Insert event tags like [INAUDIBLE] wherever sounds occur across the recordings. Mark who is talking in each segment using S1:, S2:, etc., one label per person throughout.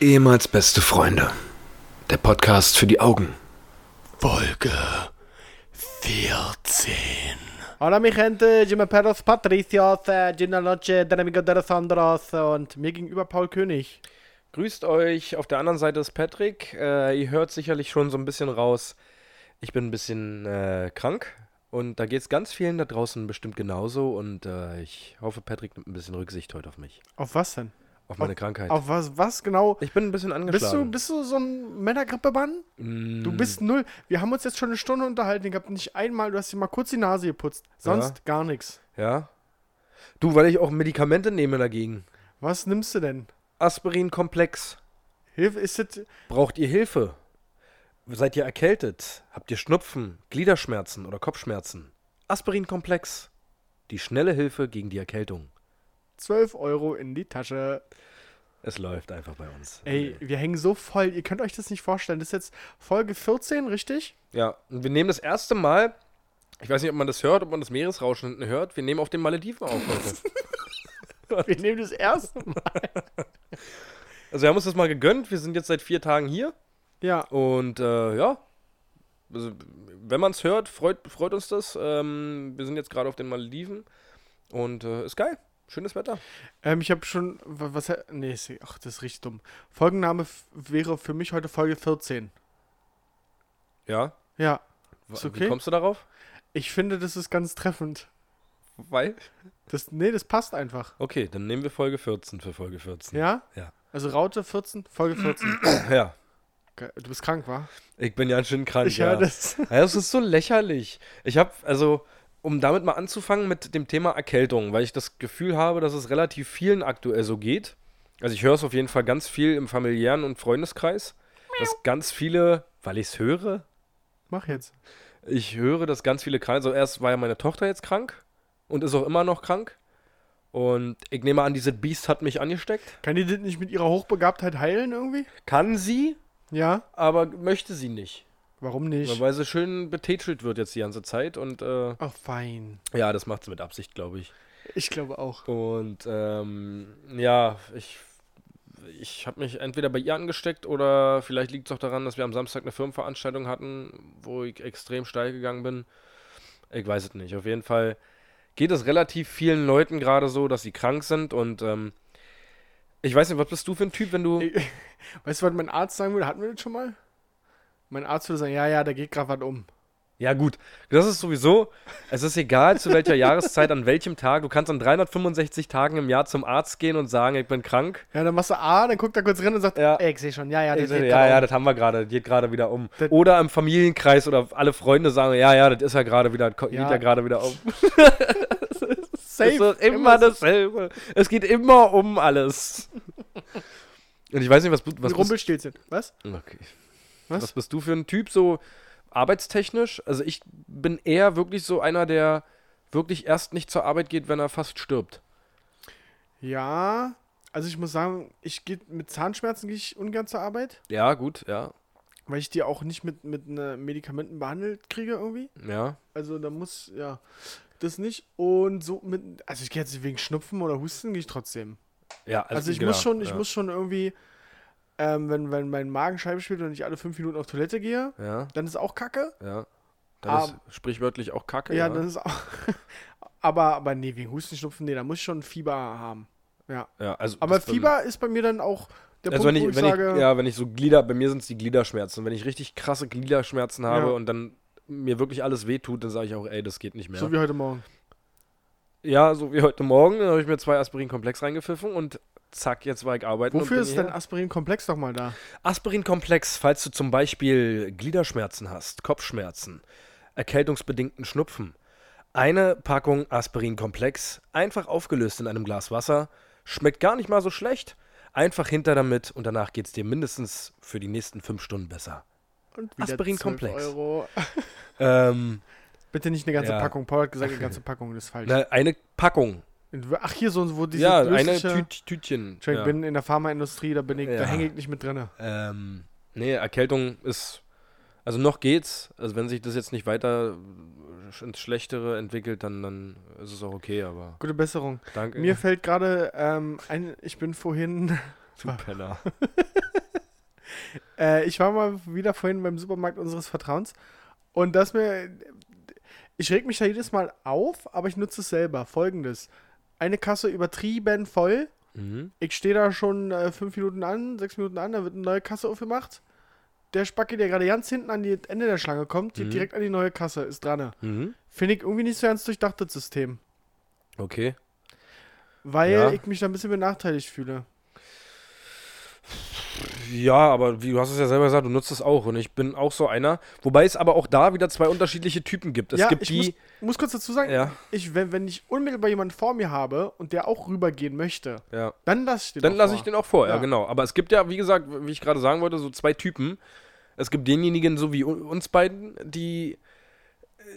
S1: Ehemals beste Freunde. Der Podcast für die Augen.
S2: Folge 14.
S3: Hola mi gente, Jimmy Perros Patricios, äh, Gina Noche, den amigo de los Sandros äh, und mir gegenüber Paul König.
S4: Grüßt euch, auf der anderen Seite ist Patrick. Äh, ihr hört sicherlich schon so ein bisschen raus, ich bin ein bisschen äh, krank und da geht es ganz vielen da draußen bestimmt genauso und äh, ich hoffe, Patrick nimmt ein bisschen Rücksicht heute auf mich,
S3: Auf was denn?
S4: auf meine Krankheit.
S3: Auf was, was genau?
S4: ich bin ein bisschen
S3: Bist du,
S4: Halt. angeschlagen.
S3: bist du so ein Männergrippemann?
S4: Mm,
S3: Du bist null. Wir haben uns jetzt schon eine Stunde unterhalten. Ich hab nicht einmal, du hast dir mal kurz die Nase geputzt. Sonst gar nichts.
S4: Ja. Du, weil ich auch Medikamente nehme dagegen.
S3: Was nimmst du denn?
S4: Aspirin-Komplex.
S3: Hilfe, ist das.
S4: Braucht ihr Hilfe? Seid ihr erkältet? Habt ihr Schnupfen, Gliederschmerzen oder Kopfschmerzen? Aspirin-Komplex. Die schnelle Hilfe gegen die Erkältung.
S3: 12 Euro in die Tasche.
S4: Es läuft einfach bei uns.
S3: Ey, wir hängen so voll. Ihr könnt euch das nicht vorstellen. Das ist jetzt Folge 14, richtig?
S4: Ja, und wir nehmen das erste Mal, ich weiß nicht, ob man das hört, ob man das Meeresrauschen hinten hört, wir nehmen auf den Malediven auf [LAUGHS] heute.
S3: Wir nehmen das erste Mal.
S4: also wir haben uns das mal gegönnt, wir sind jetzt seit vier Tagen hier
S3: Ja,
S4: und äh, ja, also, wenn man es hört, freut, freut uns das. Ähm, wir sind jetzt gerade auf den Malediven und äh, ist geil. Schönes Wetter.
S3: Ähm, ich habe schon. wa- Was, he- nee, ist, ach, das ist richtig dumm. Folgenname f- wäre für mich heute Folge 14.
S4: Ja.
S3: Ja,
S4: Wa-
S3: Ist
S4: Wie
S3: okay.
S4: kommst du darauf?
S3: ich finde, das ist ganz treffend.
S4: Weil?
S3: Das, nee, das passt einfach.
S4: Okay, dann nehmen wir Folge 14 für Folge 14.
S3: Ja?
S4: Ja. [CLEARS THROAT]
S3: Also Raute 14, Folge 14. [CLEARS THROAT]
S4: ja.
S3: Ge- du bist krank, wa?
S4: Ich bin ganz schön krank.
S3: Ich
S4: ja.
S3: höre das. [LAUGHS]
S4: Ja, das ist so lächerlich. Ich habe, also, um damit mal anzufangen mit dem Thema Erkältung, weil ich das Gefühl habe, dass es relativ vielen aktuell so geht. Also ich höre es auf jeden Fall ganz viel im familiären und Freundeskreis, dass ganz viele, weil ich es höre,
S3: Mach jetzt.
S4: ich höre, dass ganz viele krank sind. Also erst war ja meine Tochter jetzt krank und ist auch immer noch krank. Und ich nehme an, diese Biest hat mich angesteckt.
S3: Kann die das nicht mit ihrer Hochbegabtheit heilen irgendwie?
S4: Kann sie,
S3: Ja?
S4: aber möchte sie nicht.
S3: Warum nicht?
S4: Weil sie schön betätschelt wird jetzt die ganze Zeit. Und äh,
S3: Ach, fein.
S4: ja, das macht sie mit Absicht, glaube ich.
S3: Ich glaube auch.
S4: Und ähm, ja, ich, ich habe mich entweder bei ihr angesteckt oder vielleicht liegt es auch daran, dass wir am Samstag eine Firmenveranstaltung hatten, wo ich extrem steil gegangen bin. Ich weiß es nicht. Auf jeden Fall geht es relativ vielen Leuten gerade so, dass sie krank sind und ähm, ich weiß nicht, was bist du für ein Typ, wenn du.
S3: Ich- Weißt du, was mein Arzt sagen würde? Hatten wir das schon mal? Mein Arzt würde sagen, ja, ja, da geht gerade was um.
S4: Ja, gut. Das ist sowieso, es ist egal zu
S3: [LAUGHS]
S4: welcher Jahreszeit, an welchem Tag. Du kannst an 365 Tagen im Jahr zum Arzt gehen und sagen, ich bin krank.
S3: Ja, dann machst du A, dann guckt er kurz rein und sagt,
S4: Ja.
S3: ey, ich sehe schon, ja, ja,
S4: Ja,
S3: der geht
S4: Äh, ja,
S3: grad
S4: ja,
S3: um.
S4: das haben wir gerade, das geht gerade wieder um.
S3: Das-
S4: oder im Familienkreis oder alle Freunde sagen, ja, ja, das ist ja gerade wieder, ko-
S3: Ja.
S4: geht ja gerade wieder
S3: [LAUGHS]
S4: um.
S3: Safe.
S4: Es ist immer dasselbe. Es geht immer um alles. Und ich weiß nicht, was, bu- was,
S3: Was
S4: bist,
S3: Rumpelstilzchen. Was?
S4: okay.
S3: Was?
S4: was? was bist du für ein Typ, so arbeitstechnisch? Also ich bin eher wirklich so einer, der wirklich erst nicht zur Arbeit geht, wenn er fast stirbt.
S3: Ja, also ich muss sagen, ich gehe mit Zahnschmerzen gehe ich ungern zur Arbeit,
S4: Ja, gut, ja,
S3: weil ich die auch nicht mit, mit ne Medikamenten behandelt kriege irgendwie.
S4: ja.
S3: Also da muss, ja, das nicht. Und so mit, also ich gehe jetzt nicht wegen Schnupfen oder Husten, gehe ich trotzdem.
S4: Ja,
S3: Also ich
S4: genau,
S3: muss schon, ich
S4: ja.
S3: muss schon irgendwie, ähm, wenn, wenn mein Magen Scheibe spielt und ich alle fünf Minuten auf Toilette gehe,
S4: Ja,
S3: dann ist auch kacke.
S4: ja. Das
S3: Ah.
S4: ist sprichwörtlich auch kacke.
S3: Ja, das ist auch. [LAUGHS] aber, aber nee, wegen Husten, Schnupfen, nee, da muss ich schon Fieber haben. Ja.
S4: Ja, also
S3: Aber
S4: das bin-
S3: Fieber ist bei mir dann auch der
S4: also wenn
S3: Punkt,
S4: ich,
S3: wo ich
S4: wenn
S3: sage.
S4: ich, ja, wenn ich so Glieder, bei mir sind es die Gliederschmerzen. Wenn ich richtig krasse Gliederschmerzen habe
S3: Ja.
S4: und dann mir wirklich alles wehtut, dann sage ich auch, ey, das geht nicht mehr.
S3: So wie heute Morgen.
S4: ja, so wie heute Morgen, da habe ich mir zwei Aspirin-Komplex reingepfiffen und zack, jetzt war ich arbeiten.
S3: Wofür
S4: und bin
S3: ist denn
S4: hier.
S3: Aspirin-Komplex nochmal da?
S4: Aspirin-Komplex, falls du zum Beispiel Gliederschmerzen hast, Kopfschmerzen, erkältungsbedingten Schnupfen. Eine Packung Aspirin-Komplex, einfach aufgelöst in einem Glas Wasser, schmeckt gar nicht mal so schlecht. Einfach hinter damit und danach geht's dir mindestens für die nächsten fünf Stunden besser.
S3: Und wieder
S4: Aspirin-Komplex.
S3: 12 Euro.
S4: Ähm,
S3: [LAUGHS] Bitte nicht eine ganze
S4: Ja.
S3: Packung. Paul hat gesagt, eine ganze Packung das ist falsch.
S4: na, ne, eine Packung.
S3: Ach, hier so, wo diese
S4: ja, eine
S3: lösliche-
S4: Tüt Tütchen.
S3: Entschuldigung,
S4: Ja.
S3: ich bin in der Pharmaindustrie, da bin ich, da
S4: Ja.
S3: hänge ich nicht mit drinne.
S4: Ähm, nee, Erkältung ist. Also noch geht's. Also wenn sich das jetzt nicht weiter sch- ins Schlechtere entwickelt, dann, dann ist es auch okay, aber
S3: Gute Besserung.
S4: [LAUGHS] danke.
S3: Mir fällt gerade ähm, ein, ich bin vorhin,
S4: Du Penner.
S3: Äh, ich war mal wieder vorhin beim Supermarkt unseres Vertrauens und das mir. Ich reg mich da jedes Mal auf, aber ich nutze es selber. Folgendes: Eine Kasse übertrieben voll.
S4: Mhm.
S3: Ich stehe da schon äh, fünf Minuten an, sechs Minuten an, da wird eine neue Kasse aufgemacht. Der Spacke, der gerade ganz hinten an die Ende der Schlange kommt, geht
S4: Mhm.
S3: direkt an die neue Kasse, ist dran.
S4: Mhm.
S3: Finde ich irgendwie nicht so ganz durchdachtes System,
S4: Okay.
S3: weil
S4: Ja.
S3: ich mich da ein bisschen benachteiligt fühle.
S4: Ja, aber wie du hast es ja selber gesagt, du nutzt es auch und ich bin auch so einer. Wobei es aber auch da wieder zwei unterschiedliche Typen gibt. Es
S3: ja,
S4: gibt
S3: ich
S4: die.
S3: muss, muss kurz dazu sagen,
S4: Ja.
S3: ich, wenn, wenn ich unmittelbar jemanden vor mir habe und der auch rübergehen möchte,
S4: Ja.
S3: dann lasse ich den
S4: Dann
S3: auch
S4: lasse
S3: vor.
S4: ich den auch vor, ja.
S3: Ja.
S4: genau. Aber es gibt ja, wie gesagt, wie ich gerade sagen wollte, so zwei Typen. Es gibt denjenigen, so wie un- uns beiden, die,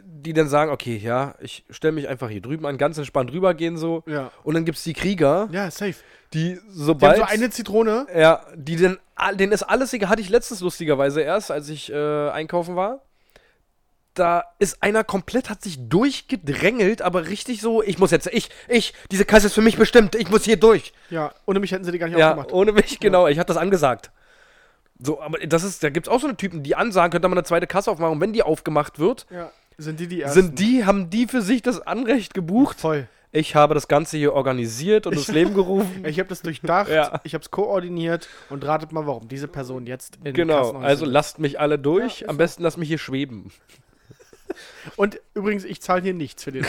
S4: die dann sagen, okay, ja, ich stelle mich einfach hier drüben an, ganz entspannt rübergehen so.
S3: Ja.
S4: Und dann gibt es die Krieger,
S3: Ja, safe.
S4: die
S3: Die haben
S4: sobald.
S3: so eine Zitrone.
S4: Ja, die denn, all- denen ist alles egal. Hatte ich letztens lustigerweise erst, als ich äh, einkaufen war. Da ist einer komplett, hat sich durchgedrängelt, aber richtig so, ich muss jetzt, ich, ich, diese Kasse ist für mich bestimmt, ich muss hier durch.
S3: Ja, ohne mich hätten sie die gar nicht
S4: Ja,
S3: aufgemacht.
S4: ohne mich, genau, ich hatte das angesagt. So, aber das ist, da gibt's auch so eine Typen, die ansagen, könnte man eine zweite Kasse aufmachen. Und wenn die aufgemacht wird,
S3: Ja. Sind die die ersten?
S4: sind die, haben die für sich das Anrecht gebucht.
S3: Voll.
S4: Ich habe das Ganze hier organisiert und
S3: [LAUGHS]
S4: ins Leben gerufen.
S3: Ich habe das durchdacht,
S4: Ja.
S3: ich habe es koordiniert und ratet mal, warum diese Person jetzt in
S4: Genau,
S3: Kassenhäuser
S4: also
S3: ist.
S4: lasst mich alle durch.
S3: Ja, ist
S4: Am besten lasst mich hier schweben.
S3: Und übrigens, ich zahle hier nichts für den.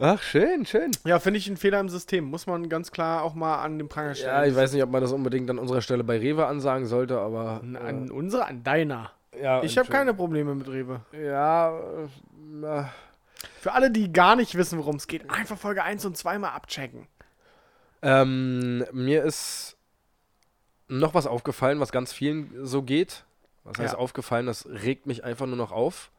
S4: Ach, schön, schön.
S3: ja, finde ich einen Fehler im System. Muss man ganz klar auch mal an den Pranger
S4: Ja,
S3: stellen.
S4: ich weiß nicht, ob man das unbedingt an unserer Stelle bei Rewe ansagen sollte, aber.
S3: an, an unsere, an deiner.
S4: äh, ja,
S3: Ich habe
S4: entschuldigung.
S3: keine Probleme mit Rewe.
S4: Ja, äh, na,
S3: Für alle, die gar nicht wissen, worum es geht, einfach Folge 1 und 2 mal abchecken.
S4: Ähm, mir ist noch was aufgefallen, was ganz vielen so geht. Was heißt
S3: Ja.
S4: aufgefallen? Das regt mich einfach nur noch auf.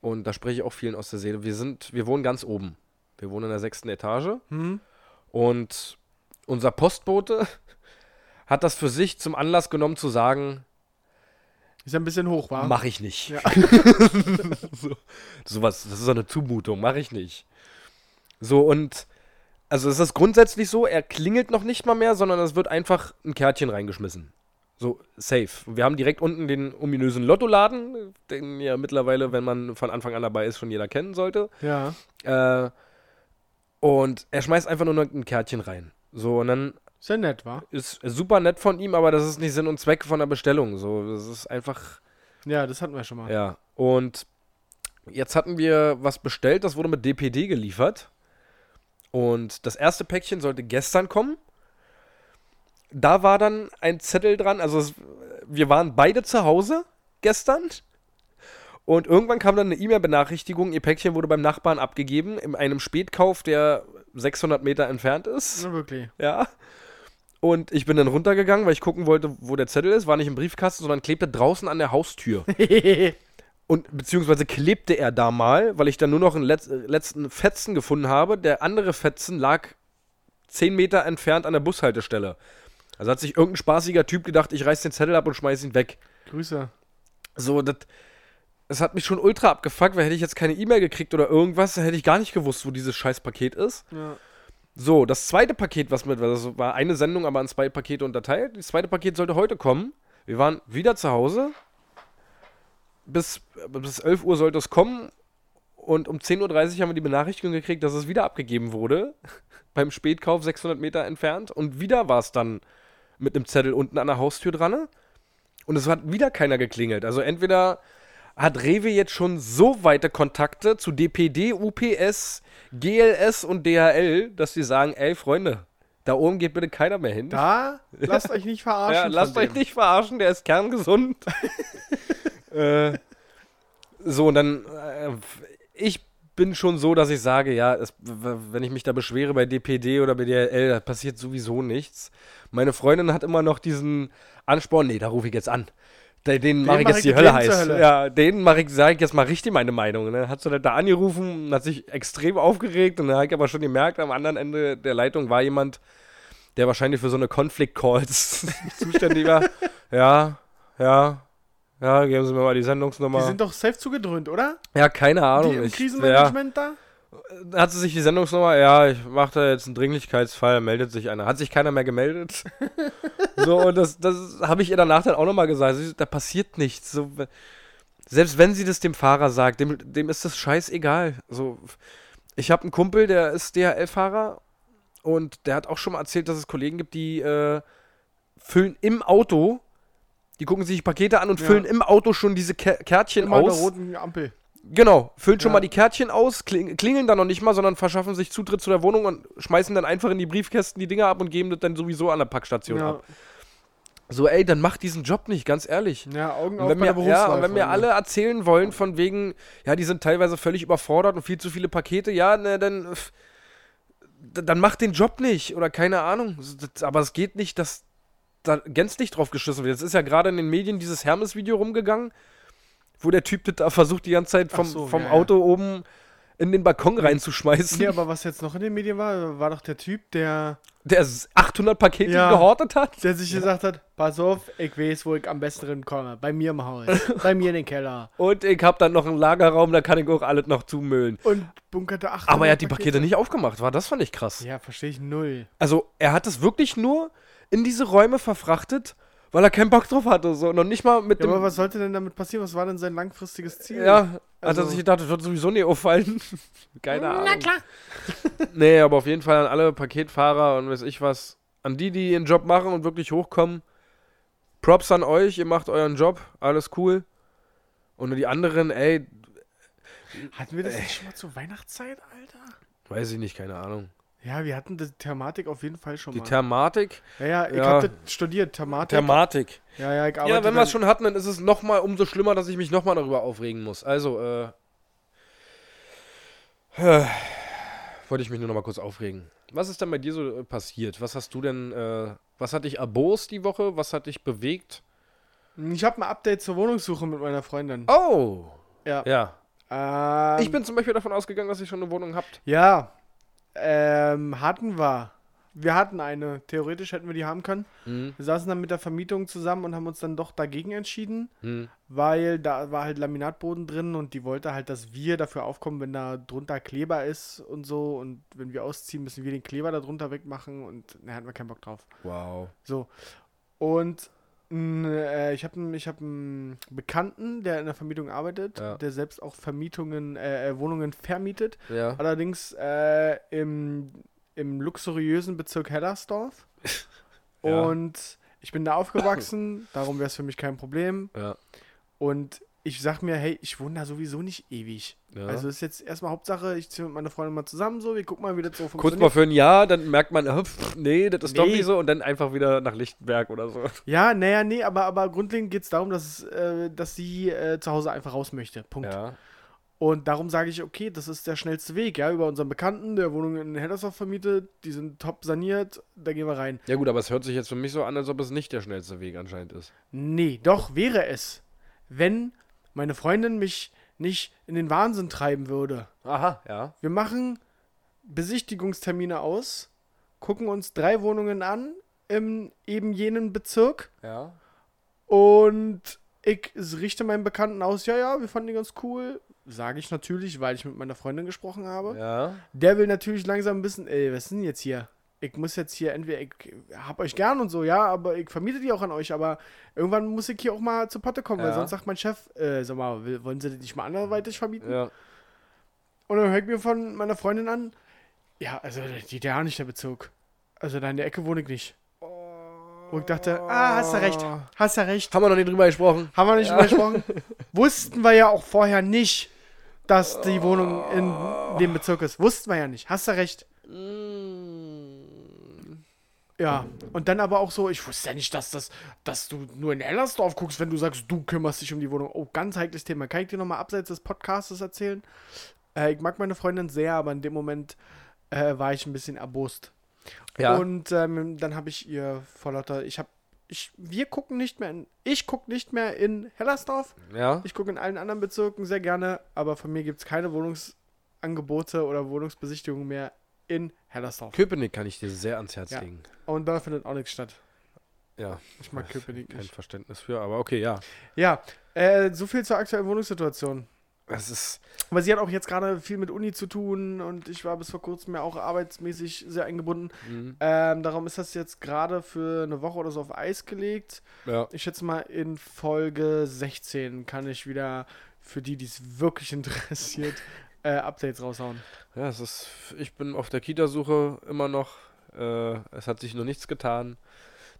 S4: Und da spreche ich auch vielen aus der Seele. Wir sind, wir wohnen ganz oben. Wir wohnen in der sechsten Etage.
S3: Hm?
S4: Und unser Postbote [LAUGHS] hat das für sich zum Anlass genommen zu sagen,
S3: Ist ja ein bisschen hoch, war?
S4: Mach ich nicht.
S3: Ja.
S4: [LAUGHS] so, sowas, das ist so eine Zumutung, mache ich nicht. So und also es ist grundsätzlich so, er klingelt noch nicht mal mehr, sondern es wird einfach ein Kärtchen reingeschmissen. So, safe. Wir haben direkt unten den ominösen Lottoladen, den ja mittlerweile, wenn man von Anfang an dabei ist, schon jeder kennen sollte.
S3: Ja.
S4: Äh, und er schmeißt einfach nur noch ein Kärtchen rein. So, und dann
S3: Ist ja nett, war?
S4: ist super nett von ihm, aber das ist nicht Sinn und Zweck von der Bestellung. So, das ist einfach.
S3: Ja, das hatten wir schon mal.
S4: Ja, und jetzt hatten wir was bestellt, das wurde mit DPD geliefert. Und das erste Päckchen sollte gestern kommen. Da war dann ein Zettel dran, also es, wir waren beide zu Hause gestern. Und irgendwann kam dann eine E-Mail-Benachrichtigung, ihr Päckchen wurde beim Nachbarn abgegeben, in einem Spätkauf, der 600 Meter entfernt ist.
S3: Na, wirklich.
S4: Ja. Und ich bin dann runtergegangen, weil ich gucken wollte, wo der Zettel ist. War nicht im Briefkasten, sondern klebte draußen an der Haustür.
S3: [LAUGHS]
S4: Und beziehungsweise klebte er da mal, weil ich dann nur noch einen letz äh, letzten Fetzen gefunden habe. Der andere Fetzen lag 10 Meter entfernt an der Bushaltestelle. Also hat sich irgendein spaßiger Typ gedacht, ich reiß den Zettel ab und schmeiß ihn weg.
S3: Grüße.
S4: So, das. Das hat mich schon ultra abgefuckt, weil hätte ich jetzt keine E-Mail gekriegt oder irgendwas, dann hätte ich gar nicht gewusst, wo dieses scheiß Paket ist.
S3: Ja.
S4: So, das zweite Paket, was mit, das war eine Sendung, aber in zwei Pakete unterteilt. Das zweite Paket sollte heute kommen. Wir waren wieder zu Hause. Bis, bis 11 Uhr sollte es kommen. Und um 10.30 Uhr haben wir die Benachrichtigung gekriegt, dass es wieder abgegeben wurde. Beim Spätkauf 600 Meter entfernt. Und wieder war es dann mit einem Zettel unten an der Haustür dran. Und es hat wieder keiner geklingelt. Also entweder hat Rewe jetzt schon so weite Kontakte zu DPD, UPS, GLS und DHL, dass sie sagen, ey Freunde, da oben geht bitte keiner mehr hin.
S3: Da lasst euch nicht verarschen.
S4: ja,
S3: von
S4: lasst euch
S3: dem.
S4: nicht verarschen, der ist kerngesund. [LAUGHS] äh, so, und dann, äh, ich bin schon so, dass ich sage, ja, es, w- wenn ich mich da beschwere bei DPD oder bei DHL, da passiert sowieso nichts. Meine Freundin hat immer noch diesen Ansporn, nee, da rufe ich jetzt an. Den, den mache ich
S3: mach
S4: jetzt
S3: ich
S4: die
S3: mit
S4: Hölle
S3: dem zur
S4: heiß.
S3: Hölle.
S4: Ja, den mache ich, sage ich jetzt mal richtig meine Meinung. Und dann hat sie das da angerufen und hat sich extrem aufgeregt. Und dann habe ich aber schon gemerkt, am anderen Ende der Leitung war jemand, der wahrscheinlich für so eine Conflict-Calls [LAUGHS] zuständig war. Ja, ja, ja, geben Sie mir mal die Sendungsnummer.
S3: Die sind doch safe zugedröhnt, oder?
S4: Ja, keine Ahnung.
S3: die im
S4: ich, ja,
S3: Krisenmanagement da?
S4: Dann hat sie sich die Sendungsnummer, ja, ich mache da jetzt einen Dringlichkeitsfall, meldet sich einer. Hat sich keiner mehr gemeldet. [LAUGHS] so, und das, das habe ich ihr danach dann auch nochmal gesagt. Sie so, Da passiert nichts. So, we- selbst wenn sie das dem Fahrer sagt, dem, dem ist das scheißegal. So, ich habe einen Kumpel, der ist DHL-Fahrer und der hat auch schon mal erzählt, dass es Kollegen gibt, die äh, füllen im Auto, die gucken sich die Pakete an und
S3: Ja.
S4: füllen im Auto schon diese Kä- Kärtchen
S3: Immer an der
S4: aus.
S3: roten Ampel.
S4: Genau, füllen schon
S3: Ja.
S4: mal die Kärtchen aus, kling, klingeln dann noch nicht mal, sondern verschaffen sich Zutritt zu der Wohnung und schmeißen dann einfach in die Briefkästen die Dinger ab und geben das dann sowieso an der Packstation
S3: Ja,
S4: ab. So, ey, dann mach diesen Job nicht, ganz ehrlich.
S3: ja Augen
S4: Und
S3: auf
S4: wenn,
S3: bei
S4: mir,
S3: der
S4: ja,
S3: Berufswahl. ne?
S4: und wenn mir
S3: Freunde.
S4: alle erzählen wollen, von wegen, ja, die sind teilweise völlig überfordert und viel zu viele Pakete, ja, ne, dann, pff, d- dann macht den Job nicht oder keine Ahnung. S- das- Aber es geht nicht, dass da gänzlich drauf geschissen wird. Jetzt ist ja gerade in den Medien dieses Hermes-Video rumgegangen, wo der Typ das da versucht, die ganze Zeit vom,
S3: Ach so,
S4: vom
S3: ja, ja.
S4: Auto oben in den Balkon reinzuschmeißen,
S3: Nee, aber was jetzt noch in den Medien war, war doch der Typ, der,
S4: der s- 800 Pakete
S3: Ja.
S4: gehortet hat.
S3: der sich gesagt hat, pass auf, ich weiß, wo ich am besten rinkomme. Bei mir im
S4: [LAUGHS]
S3: Haus. bei mir in den Keller.
S4: Und ich hab dann noch einen Lagerraum, da kann ich auch alles noch zumüllen.
S3: Und bunkerte 800
S4: Aber er hat die Pakete nicht aufgemacht, war das fand ich krass.
S3: Ja, verstehe ich null.
S4: Also er hat es wirklich nur in diese Räume verfrachtet, weil er keinen Bock drauf hatte. So. Und nicht mal mit
S3: Ja,
S4: dem.
S3: aber was sollte denn damit passieren? Was war denn sein langfristiges Ziel?
S4: ja, hat
S3: Also-
S4: er sich gedacht, das wird sowieso nie auffallen. [LAUGHS] Keine Ahnung. Na klar. [LAUGHS] nee, aber auf jeden Fall an alle Paketfahrer und weiß ich was. An die, die ihren Job machen und wirklich hochkommen. Props an euch, ihr macht euren Job, alles cool. Und die anderen, ey,
S3: Hatten wir das
S4: Äh.
S3: nicht schon mal zur Weihnachtszeit, Alter?
S4: weiß ich nicht, keine Ahnung.
S3: Ja, wir hatten die Thematik auf jeden Fall schon
S4: Die
S3: mal.
S4: Thermatik.
S3: ja, ja, ich
S4: ja.
S3: hab das studiert, Thematik.
S4: Thermatik.
S3: ja, ja, ich
S4: Ja,
S3: arbeite
S4: wenn wir es
S3: dann-
S4: schon hatten, dann ist es nochmal umso schlimmer, dass ich mich nochmal darüber aufregen muss. Also, äh, [SIGHS] äh, wollte ich mich nur nochmal kurz aufregen. Was ist denn bei dir so äh, passiert? Was hast du denn, äh, was hat dich erbost die Woche? Was hat dich bewegt?
S3: Ich habe ein Update zur Wohnungssuche mit meiner Freundin.
S4: Oh!
S3: Ja.
S4: Ja.
S3: Ähm,
S4: Ich bin zum Beispiel davon ausgegangen, dass ihr schon eine Wohnung habt.
S3: Ja, ähm, hatten wir. Wir hatten eine. Theoretisch hätten wir die haben können.
S4: Hm,
S3: Wir saßen dann mit der Vermietung zusammen und haben uns dann doch dagegen entschieden,
S4: hm,
S3: weil da war halt Laminatboden drin und die wollte halt, dass wir dafür aufkommen, wenn da drunter Kleber ist und so. Und wenn wir ausziehen, müssen wir den Kleber da drunter wegmachen und da hatten wir keinen Bock drauf.
S4: Wow.
S3: So. Und mh, äh, ich habe ich hab einen Bekannten, der in der Vermietung arbeitet,
S4: Ja.
S3: der selbst auch Vermietungen, äh, äh, Wohnungen vermietet.
S4: Ja.
S3: Allerdings äh, im, im luxuriösen Bezirk Hellersdorf.
S4: [LAUGHS] Ja.
S3: Und ich bin da aufgewachsen, darum wäre es für mich kein Problem.
S4: Ja.
S3: Und ich sag mir, hey, ich wohne da sowieso nicht ewig.
S4: Ja.
S3: Also ist jetzt erstmal Hauptsache, ich ziehe mit meiner Freundin mal zusammen so, wir gucken mal, wie das so
S4: Kurz mal
S3: funktioniert.
S4: für ein Jahr, dann merkt man, äh, pff, nee, das ist doch
S3: Nee.
S4: nicht so, und dann einfach wieder nach Lichtenberg oder so.
S3: Ja, naja, nee, aber, aber grundlegend geht es darum, dass, es, äh, dass sie äh, zu Hause einfach raus möchte. Punkt.
S4: Ja.
S3: Und darum sage ich, okay, das ist der schnellste Weg, ja, über unseren Bekannten, der Wohnung in Hellersdorf vermietet, die sind top saniert, da gehen wir rein.
S4: Ja gut, aber es hört sich jetzt für mich so an, als ob es nicht der schnellste Weg anscheinend ist.
S3: Nee, doch wäre es, wenn meine Freundin mich nicht in den Wahnsinn treiben würde.
S4: Aha, ja.
S3: Wir machen Besichtigungstermine aus, gucken uns drei Wohnungen an im eben jenen Bezirk
S4: Ja.
S3: und ich richte meinen Bekannten aus, ja, ja, wir fanden die ganz cool. Sage ich natürlich, weil ich mit meiner Freundin gesprochen habe.
S4: Ja.
S3: Der will natürlich langsam wissen, ey, was ist denn jetzt hier? Ich muss jetzt hier entweder, ich hab euch gern und so, ja, aber ich vermiete die auch an euch, aber irgendwann muss ich hier auch mal zu Potte kommen, weil
S4: Ja.
S3: sonst sagt mein Chef, äh, sag mal, will- wollen sie das nicht mal anderweitig vermieten?
S4: Ja.
S3: Und dann höre ich mir von meiner Freundin an, ja, also das geht ja nicht der Bezug. Also da in der Ecke wohne ich nicht.
S4: Oh.
S3: Wo ich dachte, ah, hast du recht, hast du recht.
S4: Haben wir noch nie drüber gesprochen.
S3: Haben wir nicht drüber gesprochen? Wussten wir ja auch vorher nicht, dass die Wohnung in dem Bezirk ist. Wussten wir ja nicht, hast du recht. Ja, und dann aber auch so, ich wusste ja nicht, dass, das, dass du nur in Ellersdorf guckst, wenn du sagst, du kümmerst dich um die Wohnung. Oh, ganz heikles Thema. Kann ich dir nochmal abseits des Podcasts erzählen? Äh, ich mag meine Freundin sehr, aber in dem Moment äh, war ich ein bisschen erbost.
S4: Ja.
S3: Und ähm, dann habe ich ihr vor lauter, ich habe, ich, wir gucken nicht mehr in, ich gucke nicht mehr in Hellersdorf.
S4: ja.
S3: Ich gucke in allen anderen Bezirken sehr gerne, aber von mir gibt es keine Wohnungsangebote oder Wohnungsbesichtigungen mehr in Hellersdorf.
S4: Köpenick kann ich dir sehr ans Herz
S3: Ja.
S4: legen.
S3: Und da findet auch nichts statt.
S4: Ja.
S3: Ich mag Köpenick
S4: Kein
S3: nicht.
S4: Verständnis für, aber okay, ja.
S3: Ja, äh, so viel zur aktuellen Wohnungssituation.
S4: Es ist.
S3: Aber sie hat auch jetzt gerade viel mit Uni zu tun und ich war bis vor kurzem ja auch arbeitsmäßig sehr eingebunden.
S4: Mhm.
S3: Ähm, darum ist das jetzt gerade für eine Woche oder so auf Eis gelegt.
S4: Ja.
S3: Ich schätze mal, in Folge 16 kann ich wieder für die, die es wirklich [LAUGHS] interessiert, äh, Updates raushauen.
S4: ja, es ist. Ich bin auf der Kitasuche immer noch. Äh, es hat sich noch nichts getan.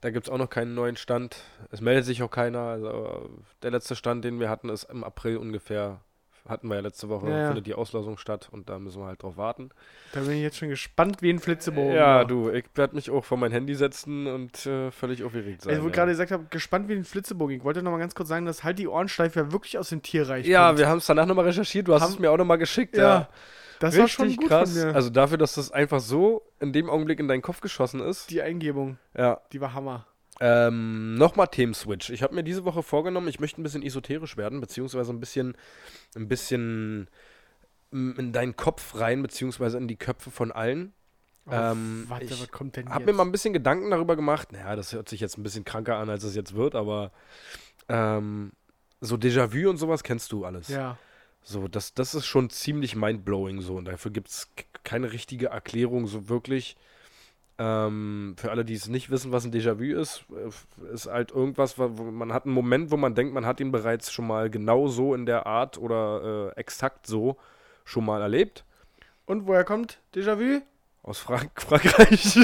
S4: Da gibt es auch noch keinen neuen Stand. Es meldet sich auch keiner. Also, äh, der letzte Stand, den wir hatten, ist im April ungefähr. Hatten wir ja letzte Woche,
S3: Ja, ja.
S4: findet die Auslosung statt und da müssen wir halt drauf warten.
S3: Da bin ich jetzt schon gespannt wie ein Flitzebogen.
S4: Ja, du, ich werde mich auch vor mein Handy setzen und äh, völlig aufgeregt sein.
S3: Also, wo ich
S4: ja.
S3: gerade gesagt habe, gespannt wie ein Flitzebogen. Ich wollte nochmal ganz kurz sagen, dass halt die Ohrensteif ja wirklich aus dem Tierreich
S4: Ja,
S3: kommt.
S4: wir haben es danach nochmal recherchiert, du hast
S3: Haben-
S4: es mir auch nochmal geschickt.
S3: Ja,
S4: Ja,
S3: das war
S4: richtig
S3: schon gut
S4: krass.
S3: von mir.
S4: Also dafür, dass das einfach so in dem Augenblick in deinen Kopf geschossen ist.
S3: die Eingebung,
S4: Ja.
S3: die war Hammer.
S4: Ähm, nochmal Themenswitch. Ich habe mir diese Woche vorgenommen, ich möchte ein bisschen esoterisch werden, beziehungsweise ein bisschen, ein bisschen mm, in deinen Kopf rein, beziehungsweise in die Köpfe von allen.
S3: Oh,
S4: Ähm,
S3: warte,
S4: ich
S3: was kommt denn
S4: Hab
S3: jetzt?
S4: mir mal ein bisschen Gedanken darüber gemacht. Naja, das hört sich jetzt ein bisschen kranker an, als es jetzt wird, aber ähm, so Déjà-vu und sowas kennst du alles.
S3: ja.
S4: So, das, das ist schon ziemlich mindblowing so und dafür gibt es keine richtige Erklärung so wirklich. Ähm, für alle, die es nicht wissen, was ein Déjà-vu ist, äh, ist halt irgendwas, wa- wo man hat einen Moment, wo man denkt, man hat ihn bereits schon mal genau so in der Art oder äh, exakt so schon mal erlebt.
S3: Und woher kommt Déjà-vu?
S4: Aus Frank [LAUGHS] Frankreich.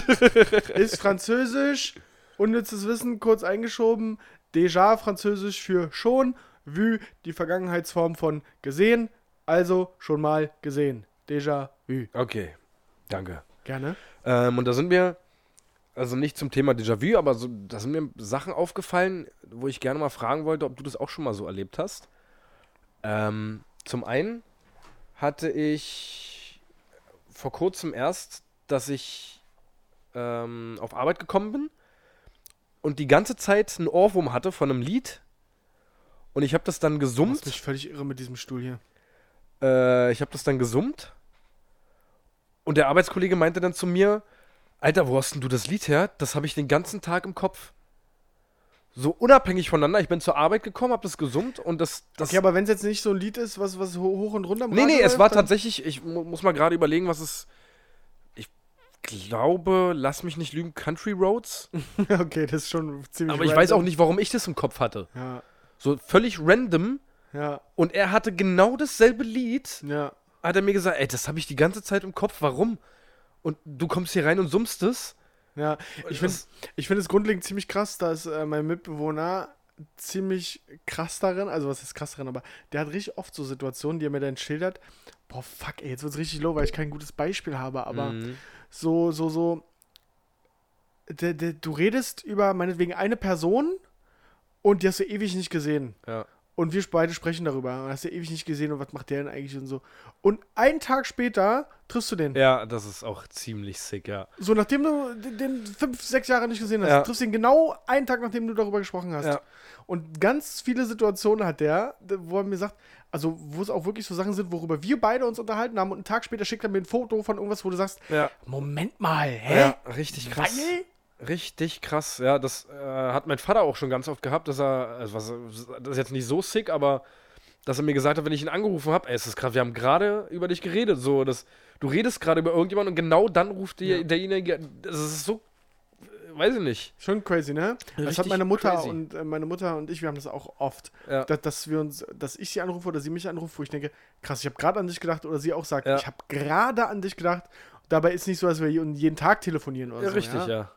S3: Ist französisch, unnützes Wissen, kurz eingeschoben. Déjà, französisch für schon. Vu, die Vergangenheitsform von gesehen, also schon mal gesehen. Déjà-vu.
S4: okay, danke.
S3: Gerne.
S4: Ähm, und da sind mir, also nicht zum Thema Déjà-vu, aber so, da sind mir Sachen aufgefallen, wo ich gerne mal fragen wollte, ob du das auch schon mal so erlebt hast. Ähm, zum einen hatte ich vor kurzem erst, dass ich ähm, auf Arbeit gekommen bin und die ganze Zeit einen Ohrwurm hatte von einem Lied. Und ich habe das dann
S3: Du machst
S4: gesummt.
S3: mich völlig irre mit diesem Stuhl hier.
S4: Äh, ich habe das dann gesummt. Und der Arbeitskollege meinte dann zu mir, Alter, wo hast denn du das Lied her? Das habe ich den ganzen Tag im Kopf. So unabhängig voneinander. Ich bin zur Arbeit gekommen, habe das gesummt und das... das
S3: Okay, aber wenn es jetzt nicht so ein Lied ist, was, was ho- hoch und runter im
S4: nee,
S3: Radio
S4: nee, es
S3: läuft,
S4: war
S3: dann-
S4: tatsächlich... Ich mu muss mal gerade überlegen, was es... Ich glaube, lass mich nicht lügen,
S3: [LAUGHS]
S4: Country Roads.
S3: okay, das ist schon ziemlich.
S4: Aber ich weiß auch
S3: random.
S4: nicht, warum ich das im Kopf hatte.
S3: Ja,
S4: So völlig random.
S3: ja,
S4: Und er hatte genau dasselbe Lied
S3: ja.
S4: hat er mir gesagt, ey, das habe ich die ganze Zeit im Kopf, warum? Und du kommst hier rein und summst es?
S3: Ja, ich finde
S4: das-
S3: ich find es grundlegend ziemlich krass, dass äh, mein Mitbewohner ziemlich krass darin, also was ist krass darin, aber der hat richtig oft so Situationen, die er mir dann schildert. Boah, fuck, ey, jetzt wird's richtig low, weil ich kein gutes Beispiel habe, aber so, so, so. Der, der, du redest über meinetwegen eine Person und die hast du ewig nicht gesehen.
S4: Ja.
S3: Und wir beide sprechen darüber. Und hast du ewig nicht gesehen und was macht der denn eigentlich und so. Und einen Tag später triffst du den.
S4: ja, das ist auch ziemlich sick, ja.
S3: So, nachdem du den- den fünf, sechs Jahre nicht gesehen hast,
S4: Ja.
S3: triffst ihn genau einen Tag, nachdem du darüber gesprochen hast.
S4: Ja.
S3: Und ganz viele Situationen hat der, d- wo er mir sagt, also wo es auch wirklich so Sachen sind, worüber wir beide uns unterhalten haben und einen Tag später schickt er mir ein Foto von irgendwas, wo du sagst,
S4: Ja,
S3: Moment mal, hä?
S4: ja richtig krass.
S3: Weil?
S4: Richtig krass, ja. Das äh, hat mein Vater auch schon ganz oft gehabt, dass er, also was, das ist jetzt nicht so sick, aber dass er mir gesagt hat, wenn ich ihn angerufen habe, ey, es ist krass, wir haben gerade über dich geredet, so, das, du redest gerade über irgendjemanden und genau dann ruft dir
S3: Ja.
S4: derjenige, das ist so, weiß ich nicht.
S3: Schon crazy, ne? das hat
S4: Richtig
S3: meine Mutter
S4: crazy.
S3: und äh, meine Mutter und ich, wir haben das auch oft,
S4: Ja.
S3: dass, dass wir uns, dass ich sie anrufe oder sie mich anruft, wo ich denke, krass, ich habe gerade an dich gedacht oder sie auch sagt,
S4: Ja.
S3: ich habe gerade an dich gedacht. Dabei ist nicht so, dass wir jeden Tag telefonieren oder
S4: Ja,
S3: so.
S4: richtig, ja.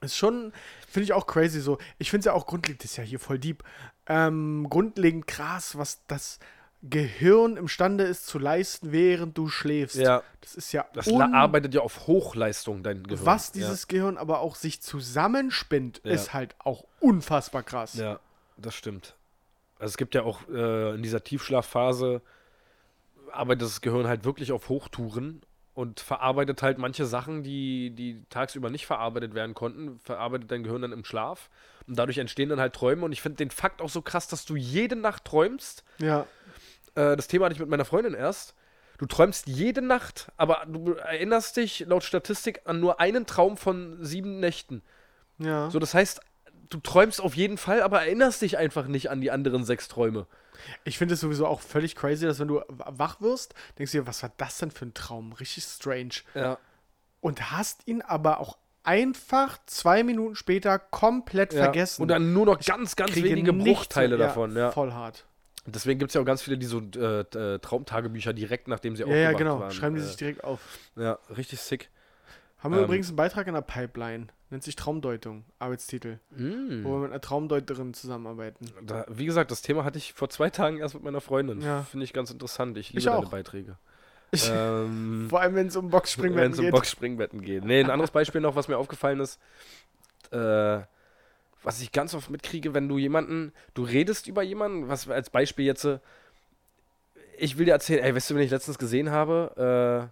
S3: Ist schon, finde ich auch crazy so. Ich finde es ja auch grundlegend, das ist ja hier voll deep, ähm, grundlegend krass, was das Gehirn imstande ist zu leisten, während du schläfst.
S4: Ja.
S3: Das ist ja
S4: Das la-
S3: un
S4: arbeitet ja auf Hochleistung, dein Gehirn.
S3: was
S4: ja.
S3: dieses Gehirn aber auch sich zusammenspinnt,
S4: Ja.
S3: ist halt auch unfassbar krass.
S4: Ja, das stimmt. Also es gibt ja auch äh, in dieser Tiefschlafphase arbeitet das Gehirn halt wirklich auf Hochtouren und verarbeitet halt manche Sachen, die, die tagsüber nicht verarbeitet werden konnten, verarbeitet dein Gehirn dann im Schlaf. Und dadurch entstehen dann halt Träume. Und ich finde den Fakt auch so krass, dass du jede Nacht träumst.
S3: Ja,
S4: Äh, das Thema hatte ich mit meiner Freundin erst. Du träumst jede Nacht, aber du erinnerst dich laut Statistik an nur einen Traum von sieben Nächten.
S3: ja.
S4: So, das heißt, du träumst auf jeden Fall, aber erinnerst dich einfach nicht an die anderen sechs Träume.
S3: Ich finde es sowieso auch völlig crazy, dass wenn du w- wach wirst, denkst du dir, was war das denn für ein Traum? Richtig strange.
S4: Ja.
S3: Und hast ihn aber auch einfach zwei Minuten später komplett vergessen.
S4: Und dann nur noch ganz, ganz
S3: Kriege
S4: wenige
S3: nichts
S4: Bruchteile
S3: mit- ja,
S4: davon. Ja.
S3: Voll hart.
S4: Deswegen gibt es ja auch ganz viele, die so äh, äh, Traumtagebücher direkt, nachdem sie
S3: Ja, ja, genau.
S4: waren.
S3: Schreiben die
S4: äh,
S3: sich direkt auf.
S4: Ja, richtig sick.
S3: Haben wir
S4: ähm,
S3: übrigens einen Beitrag in der Pipeline. Nennt sich Traumdeutung, Arbeitstitel.
S4: Mhm.
S3: Wo wir mit einer Traumdeuterin zusammenarbeiten.
S4: Da, wie gesagt, das Thema hatte ich vor zwei Tagen erst mit meiner Freundin.
S3: Ja.
S4: Finde ich ganz interessant. Ich liebe
S3: auch.
S4: deine Beiträge. ähm,
S3: [LAUGHS] Vor allem, wenn es um Boxspringwetten
S4: wenn es um
S3: geht.
S4: Boxspringbetten geht. Nee, ein anderes Beispiel noch, was mir aufgefallen ist, äh, was ich ganz oft mitkriege, wenn du jemanden, du redest über jemanden, was als Beispiel jetzt, äh, ich will dir erzählen, ey, weißt du, wenn ich letztens gesehen habe,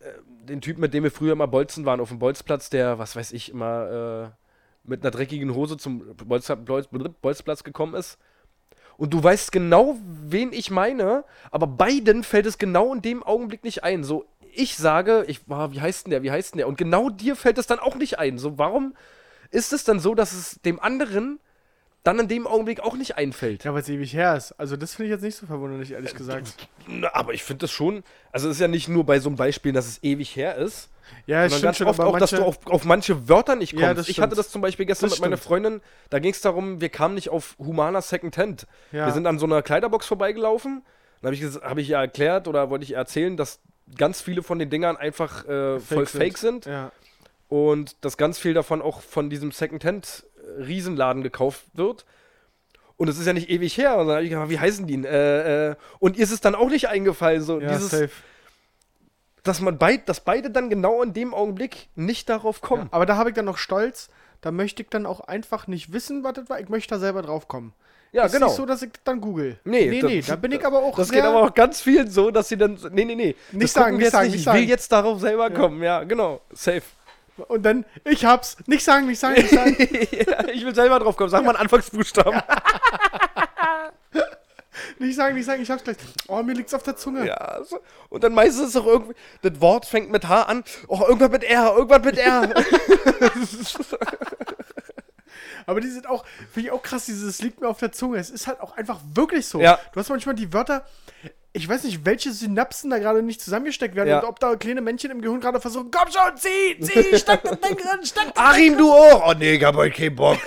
S4: äh, äh, den Typen, mit dem wir früher mal bolzen waren, auf dem Bolzplatz, der, was weiß ich, immer äh, mit einer dreckigen Hose zum Bolzer, Bolz, Bolzplatz gekommen ist. Und du weißt genau, wen ich meine, aber beiden fällt es genau in dem Augenblick nicht ein. So, ich sage, ich war, wie heißt denn der, wie heißt denn der? Und genau dir fällt es dann auch nicht ein. So, warum ist es dann so, dass es dem anderen dann in dem Augenblick auch nicht einfällt?
S3: Ja, weil es ewig her ist. Also, das finde ich jetzt nicht so verwunderlich, ehrlich
S4: [LAUGHS]
S3: gesagt.
S4: Na, aber ich finde das schon, also es ist ja nicht nur bei so einem Beispiel, dass es ewig her ist,
S3: Ja,
S4: sondern
S3: stimmt
S4: ganz
S3: schon.
S4: oft
S3: aber
S4: auch, dass
S3: manche-
S4: du auf, auf manche Wörter nicht kommst.
S3: Ja, das
S4: ich hatte
S3: stimmt.
S4: das zum Beispiel gestern
S3: Das
S4: mit meiner
S3: stimmt.
S4: Freundin, da ging es darum, wir kamen nicht auf Humana Second Hand.
S3: Ja.
S4: Wir sind an so einer Kleiderbox vorbeigelaufen, dann habe ich, ges- hab ich ihr erklärt oder wollte ich ihr erzählen, dass ganz viele von den Dingern einfach äh, voll
S3: sind.
S4: fake sind.
S3: Ja.
S4: und dass ganz viel davon auch von diesem Secondhand-Riesenladen gekauft wird. Und es ist ja nicht ewig her. Und dann hab ich gedacht, wie heißen die denn? Äh, äh, und ihr ist es dann auch nicht eingefallen, so
S3: Ja,
S4: dieses,
S3: safe.
S4: dass man beid, dass beide dann genau in dem Augenblick nicht darauf kommen.
S3: Aber da habe ich dann noch Stolz. Da möchte ich dann auch einfach nicht wissen, was das war. Ich möchte da selber drauf kommen.
S4: Ja, genau.
S3: ist nicht so, dass ich das dann google.
S4: Nee,
S3: nee,
S4: das-
S3: nee, da bin ich aber auch
S4: das
S3: sehr,
S4: geht aber auch ganz vielen so, dass sie dann. Nee, nee, nee.
S3: Nicht
S4: das
S3: sagen,
S4: gucken
S3: nicht
S4: wir jetzt
S3: sagen,
S4: nicht.
S3: nicht
S4: Ich will
S3: sagen.
S4: jetzt darauf selber kommen. Ja, genau.
S3: [LAUGHS]
S4: Safe. [LAUGHS]
S3: Und dann, ich hab's. Nicht sagen, nicht sagen, nicht sagen.
S4: ich will selber drauf kommen. Sag mal einen Anfangsbuchstaben.
S3: nicht sagen, nicht sagen, ich hab's gleich. Oh, mir liegt's auf der Zunge.
S4: Ja, so. und dann meistens ist auch irgendwie, das Wort fängt mit H an, oh, irgendwas mit R, irgendwas
S3: [LAUGHS]
S4: mit R.
S3: Aber die sind auch, finde ich auch krass, dieses liegt mir auf der Zunge. Es ist halt auch einfach wirklich so.
S4: Ja.
S3: Du hast manchmal die Wörter, ich weiß nicht, welche Synapsen da gerade nicht zusammengesteckt werden
S4: Ja.
S3: und ob da kleine Männchen im Gehirn gerade versuchen, komm schon, zieh, zieh, steck das Ding drin, steck das
S4: Achim, du auch. Oh nee, ich hab heute keinen Bock.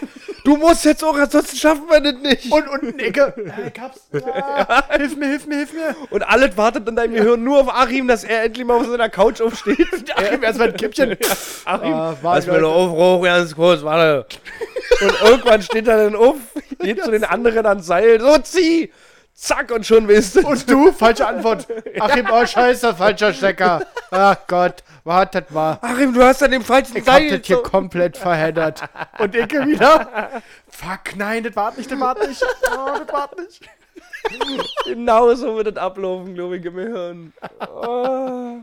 S4: Du musst jetzt auch, ansonsten schaffen wir das nicht. [LAUGHS] Und,
S3: Und unten Ecke. [LAUGHS] Äh, ich hab's. Ah, Hilf mir, hilf mir, hilf
S4: [LAUGHS]
S3: mir.
S4: und alles wartet in deinem Gehirn nur auf Achim, dass er endlich mal auf seiner
S3: [LAUGHS]
S4: Couch aufsteht.
S3: Achim, erstmal ein Kippchen.
S4: Achim,
S3: Ah, war
S4: lass mir
S3: Leute.
S4: noch aufrauchen, ganz kurz, warte. Und irgendwann steht er dann auf, geht zu den anderen ans Seil, so zieh, zack und schon bist du.
S3: Und du? Falsche Antwort. Achim, oh scheiße, falscher Stecker. Ach Gott, wartet mal.
S4: Achim, du hast an dem falschen
S3: Ich hab
S4: Seil.
S3: das hier
S4: so-
S3: komplett verheddert. Und Ecke
S4: [LAUGHS]
S3: wieder. Fuck, nein, das wart nicht, das wart nicht. Oh, das wart nicht.
S4: Genau so wird das ablaufen, glaube ich, im Gehirn. Oh.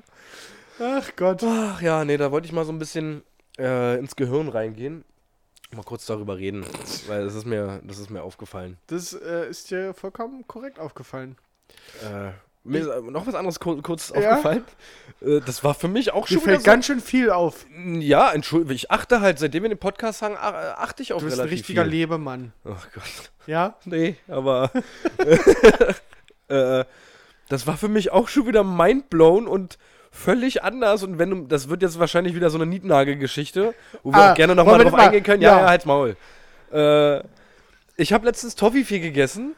S3: Ach Gott.
S4: Ach ja, nee, da wollte ich mal so ein bisschen äh, ins Gehirn reingehen. Mal kurz darüber reden, weil das ist mir, das ist mir aufgefallen.
S3: Das äh, ist dir vollkommen korrekt aufgefallen.
S4: Äh, mir ist äh, noch was anderes kur kurz
S3: Ja?
S4: aufgefallen. Äh, das war für mich auch
S3: Dir
S4: schon wieder
S3: fällt ganz schön viel auf.
S4: so, Ja, entschuldige, ich achte halt, seitdem wir den Podcast haben, ach- achte ich auf
S3: Du bist ein
S4: relativ
S3: richtiger
S4: viel.
S3: Lebemann.
S4: Ach Gott. [LAUGHS]
S3: Ja?
S4: Nee, aber.
S3: [LAUGHS]
S4: [LAUGHS] äh, das war für mich auch schon wieder mindblown und völlig anders. Und wenn du, das wird jetzt wahrscheinlich wieder so eine Nietnagel-Geschichte, wo wir
S3: Ah,
S4: auch gerne
S3: wollen
S4: nochmal
S3: wir
S4: drauf
S3: das mal-
S4: eingehen können. Ja,
S3: ja.
S4: ja, halt's Maul. Äh, ich habe letztens Toffifee gegessen.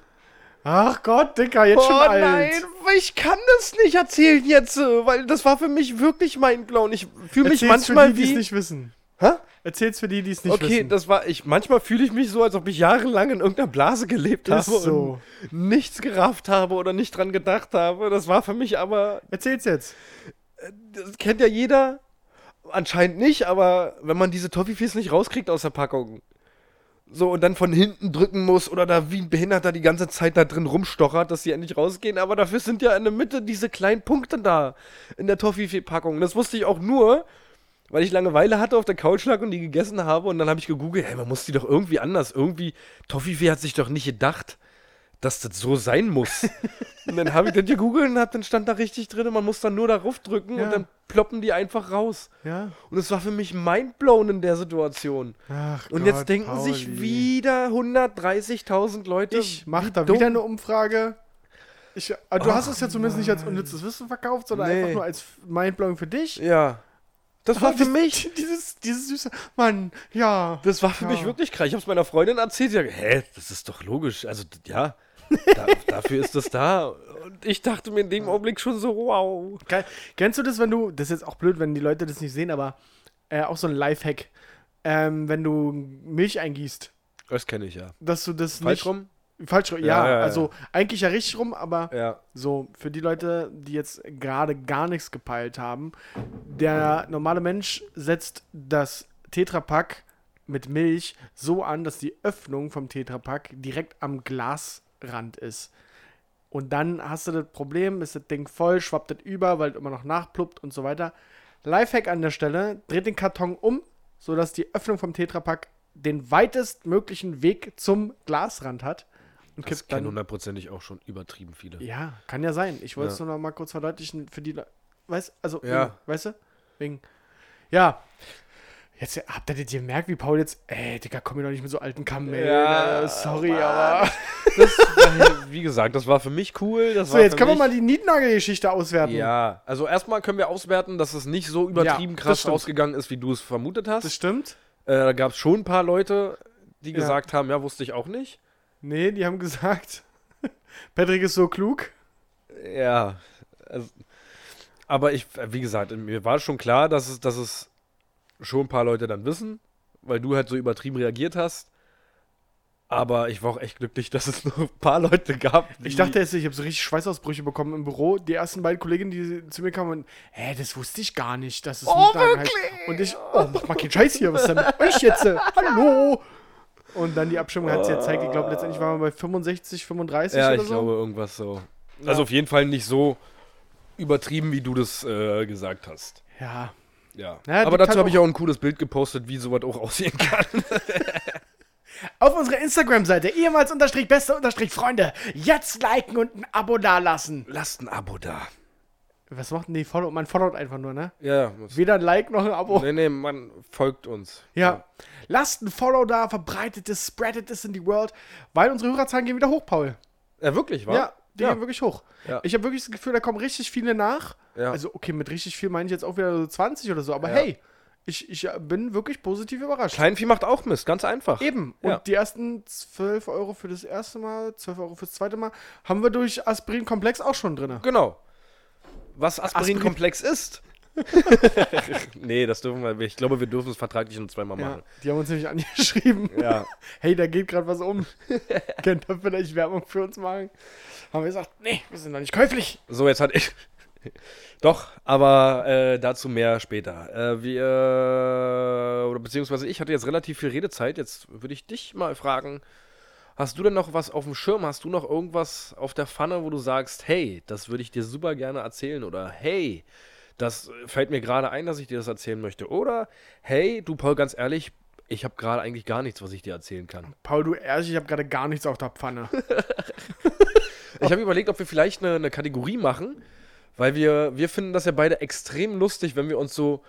S3: Ach Gott, Dicker, jetzt
S4: Oh
S3: schon alt.
S4: ich kann das nicht erzählen jetzt, äh, weil das war für mich wirklich mindblown. Ich fühle mich
S3: Erzähl's
S4: manchmal
S3: für die, die
S4: wie.
S3: es nicht wissen.
S4: Hä?
S3: Erzähl's für die, die es nicht
S4: Okay,
S3: wissen.
S4: das war ich. Manchmal fühle ich mich so, als ob ich jahrelang in irgendeiner Blase gelebt
S3: Ist
S4: habe
S3: so.
S4: und nichts gerafft habe oder nicht dran gedacht habe. Das war für mich aber,
S3: Erzähl's jetzt.
S4: das kennt ja jeder. Anscheinend nicht, aber wenn man diese Toffifees nicht rauskriegt aus der Packung. So, und dann von hinten drücken muss oder da wie ein Behinderter die ganze Zeit da drin rumstochert, dass sie endlich rausgehen. Aber dafür sind ja in der Mitte diese kleinen Punkte da in der Toffifee-Packung. Das wusste ich auch nur, weil ich Langeweile hatte, auf der Couch lag und die gegessen habe. Und dann habe ich gegoogelt, hey, man muss die doch irgendwie anders. Irgendwie, Toffifee hat sich doch nicht gedacht, dass das so sein muss. und dann habe ich das gegoogelt und hab, dann stand da richtig drin, man muss dann nur darauf drücken
S3: Ja.
S4: und dann ploppen die einfach raus.
S3: Ja.
S4: Und es war für mich mindblown in der Situation.
S3: Ach
S4: Und
S3: Gott,
S4: jetzt denken sich
S3: Pauli.
S4: wieder 130.000 Leute.
S3: Ich mach
S4: wie
S3: da
S4: dumm.
S3: wieder eine Umfrage. Ich, äh, du hast
S4: Och,
S3: es ja zumindest nicht als unnützes Wissen verkauft, sondern
S4: Nee.
S3: einfach nur als Mindblowing für dich.
S4: Ja. Das war
S3: Aber
S4: für
S3: dies-
S4: mich.
S3: [LAUGHS] Dieses, dieses süße. Mann, ja.
S4: Das war für mich
S3: Ja.
S4: wirklich krass. Ich hab's meiner Freundin erzählt. Sie hat gesagt, hä, das ist doch logisch. Also, d- ja.
S3: [LAUGHS]
S4: Da, dafür ist das da. Und ich dachte mir in dem Augenblick schon so, wow.
S3: Geil. Kennst du das, wenn du, das ist jetzt auch blöd, wenn die Leute das nicht sehen, aber äh, auch so ein Lifehack, ähm, wenn du Milch eingießt,
S4: Das kenne ich ja.
S3: dass du das
S4: Falsch
S3: nicht...
S4: rum?
S3: Falsch rum. Ja,
S4: Ja, ja, ja.
S3: also eigentlich ja richtig rum, aber
S4: Ja.
S3: so für die Leute, die jetzt gerade gar nichts gepeilt haben, der normale Mensch setzt das Tetrapack mit Milch so an, dass die Öffnung vom Tetrapack direkt am Glasrand ist. Und dann hast du das Problem, ist das Ding voll, schwappt das über, weil es immer noch nachpluppt und so weiter. Lifehack an der Stelle, dreht den Karton um, sodass die Öffnung vom Tetrapack den weitestmöglichen Weg zum Glasrand hat. Und
S4: Das
S3: kippt
S4: kennen
S3: dann
S4: hundertprozentig auch schon übertrieben viele.
S3: ja, kann ja sein. Ich wollte es
S4: Ja.
S3: nur noch mal kurz verdeutlichen für die Leute. Weißt, also,
S4: Ja.
S3: wegen- weißt du? Wegen. Ja. Jetzt habt ihr das gemerkt, wie Paul jetzt. Ey, Digga, komm mir doch nicht mit so alten Kamellen.
S4: Ja,
S3: äh, sorry,
S4: Mann.
S3: aber.
S4: Das war, wie gesagt, das war für mich cool.
S3: [LAUGHS]
S4: Das
S3: So,
S4: war
S3: jetzt
S4: für
S3: können wir
S4: mich-
S3: mal die Niednagel-Geschichte auswerten.
S4: Ja, also erstmal können wir auswerten, dass es nicht so übertrieben
S3: das
S4: krass
S3: stimmt.
S4: ausgegangen ist, wie du es vermutet hast.
S3: Das stimmt?
S4: äh, da gab es schon ein paar Leute, die
S3: Ja.
S4: gesagt haben, ja, wusste ich auch nicht.
S3: Nee, die haben gesagt, [LAUGHS] Patrick ist so klug.
S4: Ja. Also, aber ich, äh, wie gesagt, mir war schon klar, dass es, dass es schon ein paar Leute dann wissen, weil du halt so übertrieben reagiert hast. Aber ich war auch echt glücklich, dass es nur ein paar Leute gab.
S3: Ich
S4: die-
S3: dachte jetzt, ich habe so richtig Schweißausbrüche bekommen im Büro. Die ersten beiden Kolleginnen, die zu mir kamen, und, hä, das wusste ich gar nicht, dass es
S4: Oh,
S3: Mietwagen
S4: wirklich?
S3: heißt. Und ich, oh, mach mal keinen Scheiß hier, was ist denn mit euch jetzt? Hallo! Und dann die Abstimmung hat es ja gezeigt. Ich glaube, letztendlich waren wir bei 65, 35
S4: ja,
S3: oder
S4: ich
S3: so.
S4: glaube irgendwas so. Also auf jeden Fall nicht so übertrieben, wie du das äh, gesagt hast.
S3: Ja,
S4: Ja.
S3: Ja,
S4: Aber
S3: das
S4: dazu
S3: kann
S4: habe ich auch ein cooles Bild gepostet, wie sowas auch [LAUGHS] aussehen kann.
S3: Auf unserer Instagram-Seite, ehemals unterstrich beste unterstrich Freunde, jetzt liken und ein Abo dalassen.
S4: Lasst ein Abo da.
S3: Was macht denn die Follow? Man followt einfach nur, ne?
S4: Ja, muss.
S3: Weder ein Like noch ein Abo.
S4: Nee, nee, man folgt uns.
S3: Ja. Lasst ein Follow da, verbreitet es, spreadet es in die World, weil unsere Hörerzahlen gehen wieder hoch, Paul.
S4: Ja, wirklich, wa?
S3: Ja, die
S4: Ja.
S3: gehen wirklich hoch.
S4: Ja.
S3: Ich habe wirklich das Gefühl, da kommen richtig viele nach.
S4: Ja.
S3: Also, okay, mit richtig viel meine ich jetzt auch wieder so 20 oder so, aber hey, ich, ich bin wirklich positiv überrascht.
S4: Kleinvieh macht auch Mist, ganz einfach.
S3: Eben. Und
S4: Ja.
S3: die ersten 12 Euro für das erste Mal, 12 Euro fürs zweite Mal, haben wir durch Aspirin Komplex auch schon drin.
S4: Genau. Was Aspirinkomplex [LAUGHS] ist. nee, das dürfen wir. Ich glaube, wir dürfen es vertraglich nur zweimal
S3: Ja,
S4: machen.
S3: die haben uns nämlich [LAUGHS] angeschrieben.
S4: Ja.
S3: Hey, da geht gerade was um. [LAUGHS] Könnt ihr vielleicht Werbung für uns machen? Haben wir gesagt, nee, wir sind noch nicht käuflich.
S4: So, jetzt hat ich. [LAUGHS] Doch, aber äh, dazu mehr später. Äh, wir, oder beziehungsweise ich hatte jetzt relativ viel Redezeit. Jetzt würde ich dich mal fragen: Hast du denn noch was auf dem Schirm? Hast du noch irgendwas auf der Pfanne, wo du sagst, hey, das würde ich dir super gerne erzählen? Oder hey, das fällt mir gerade ein, dass ich dir das erzählen möchte? Oder hey, du Paul, ganz ehrlich, ich habe gerade eigentlich gar nichts, was ich dir erzählen kann.
S3: Paul, du ehrlich, ich habe gerade gar nichts auf der
S4: [LAUGHS]
S3: Pfanne.
S4: Ich habe überlegt, ob wir vielleicht eine, eine Kategorie machen, weil wir, wir finden das ja beide extrem lustig, wenn wir uns so,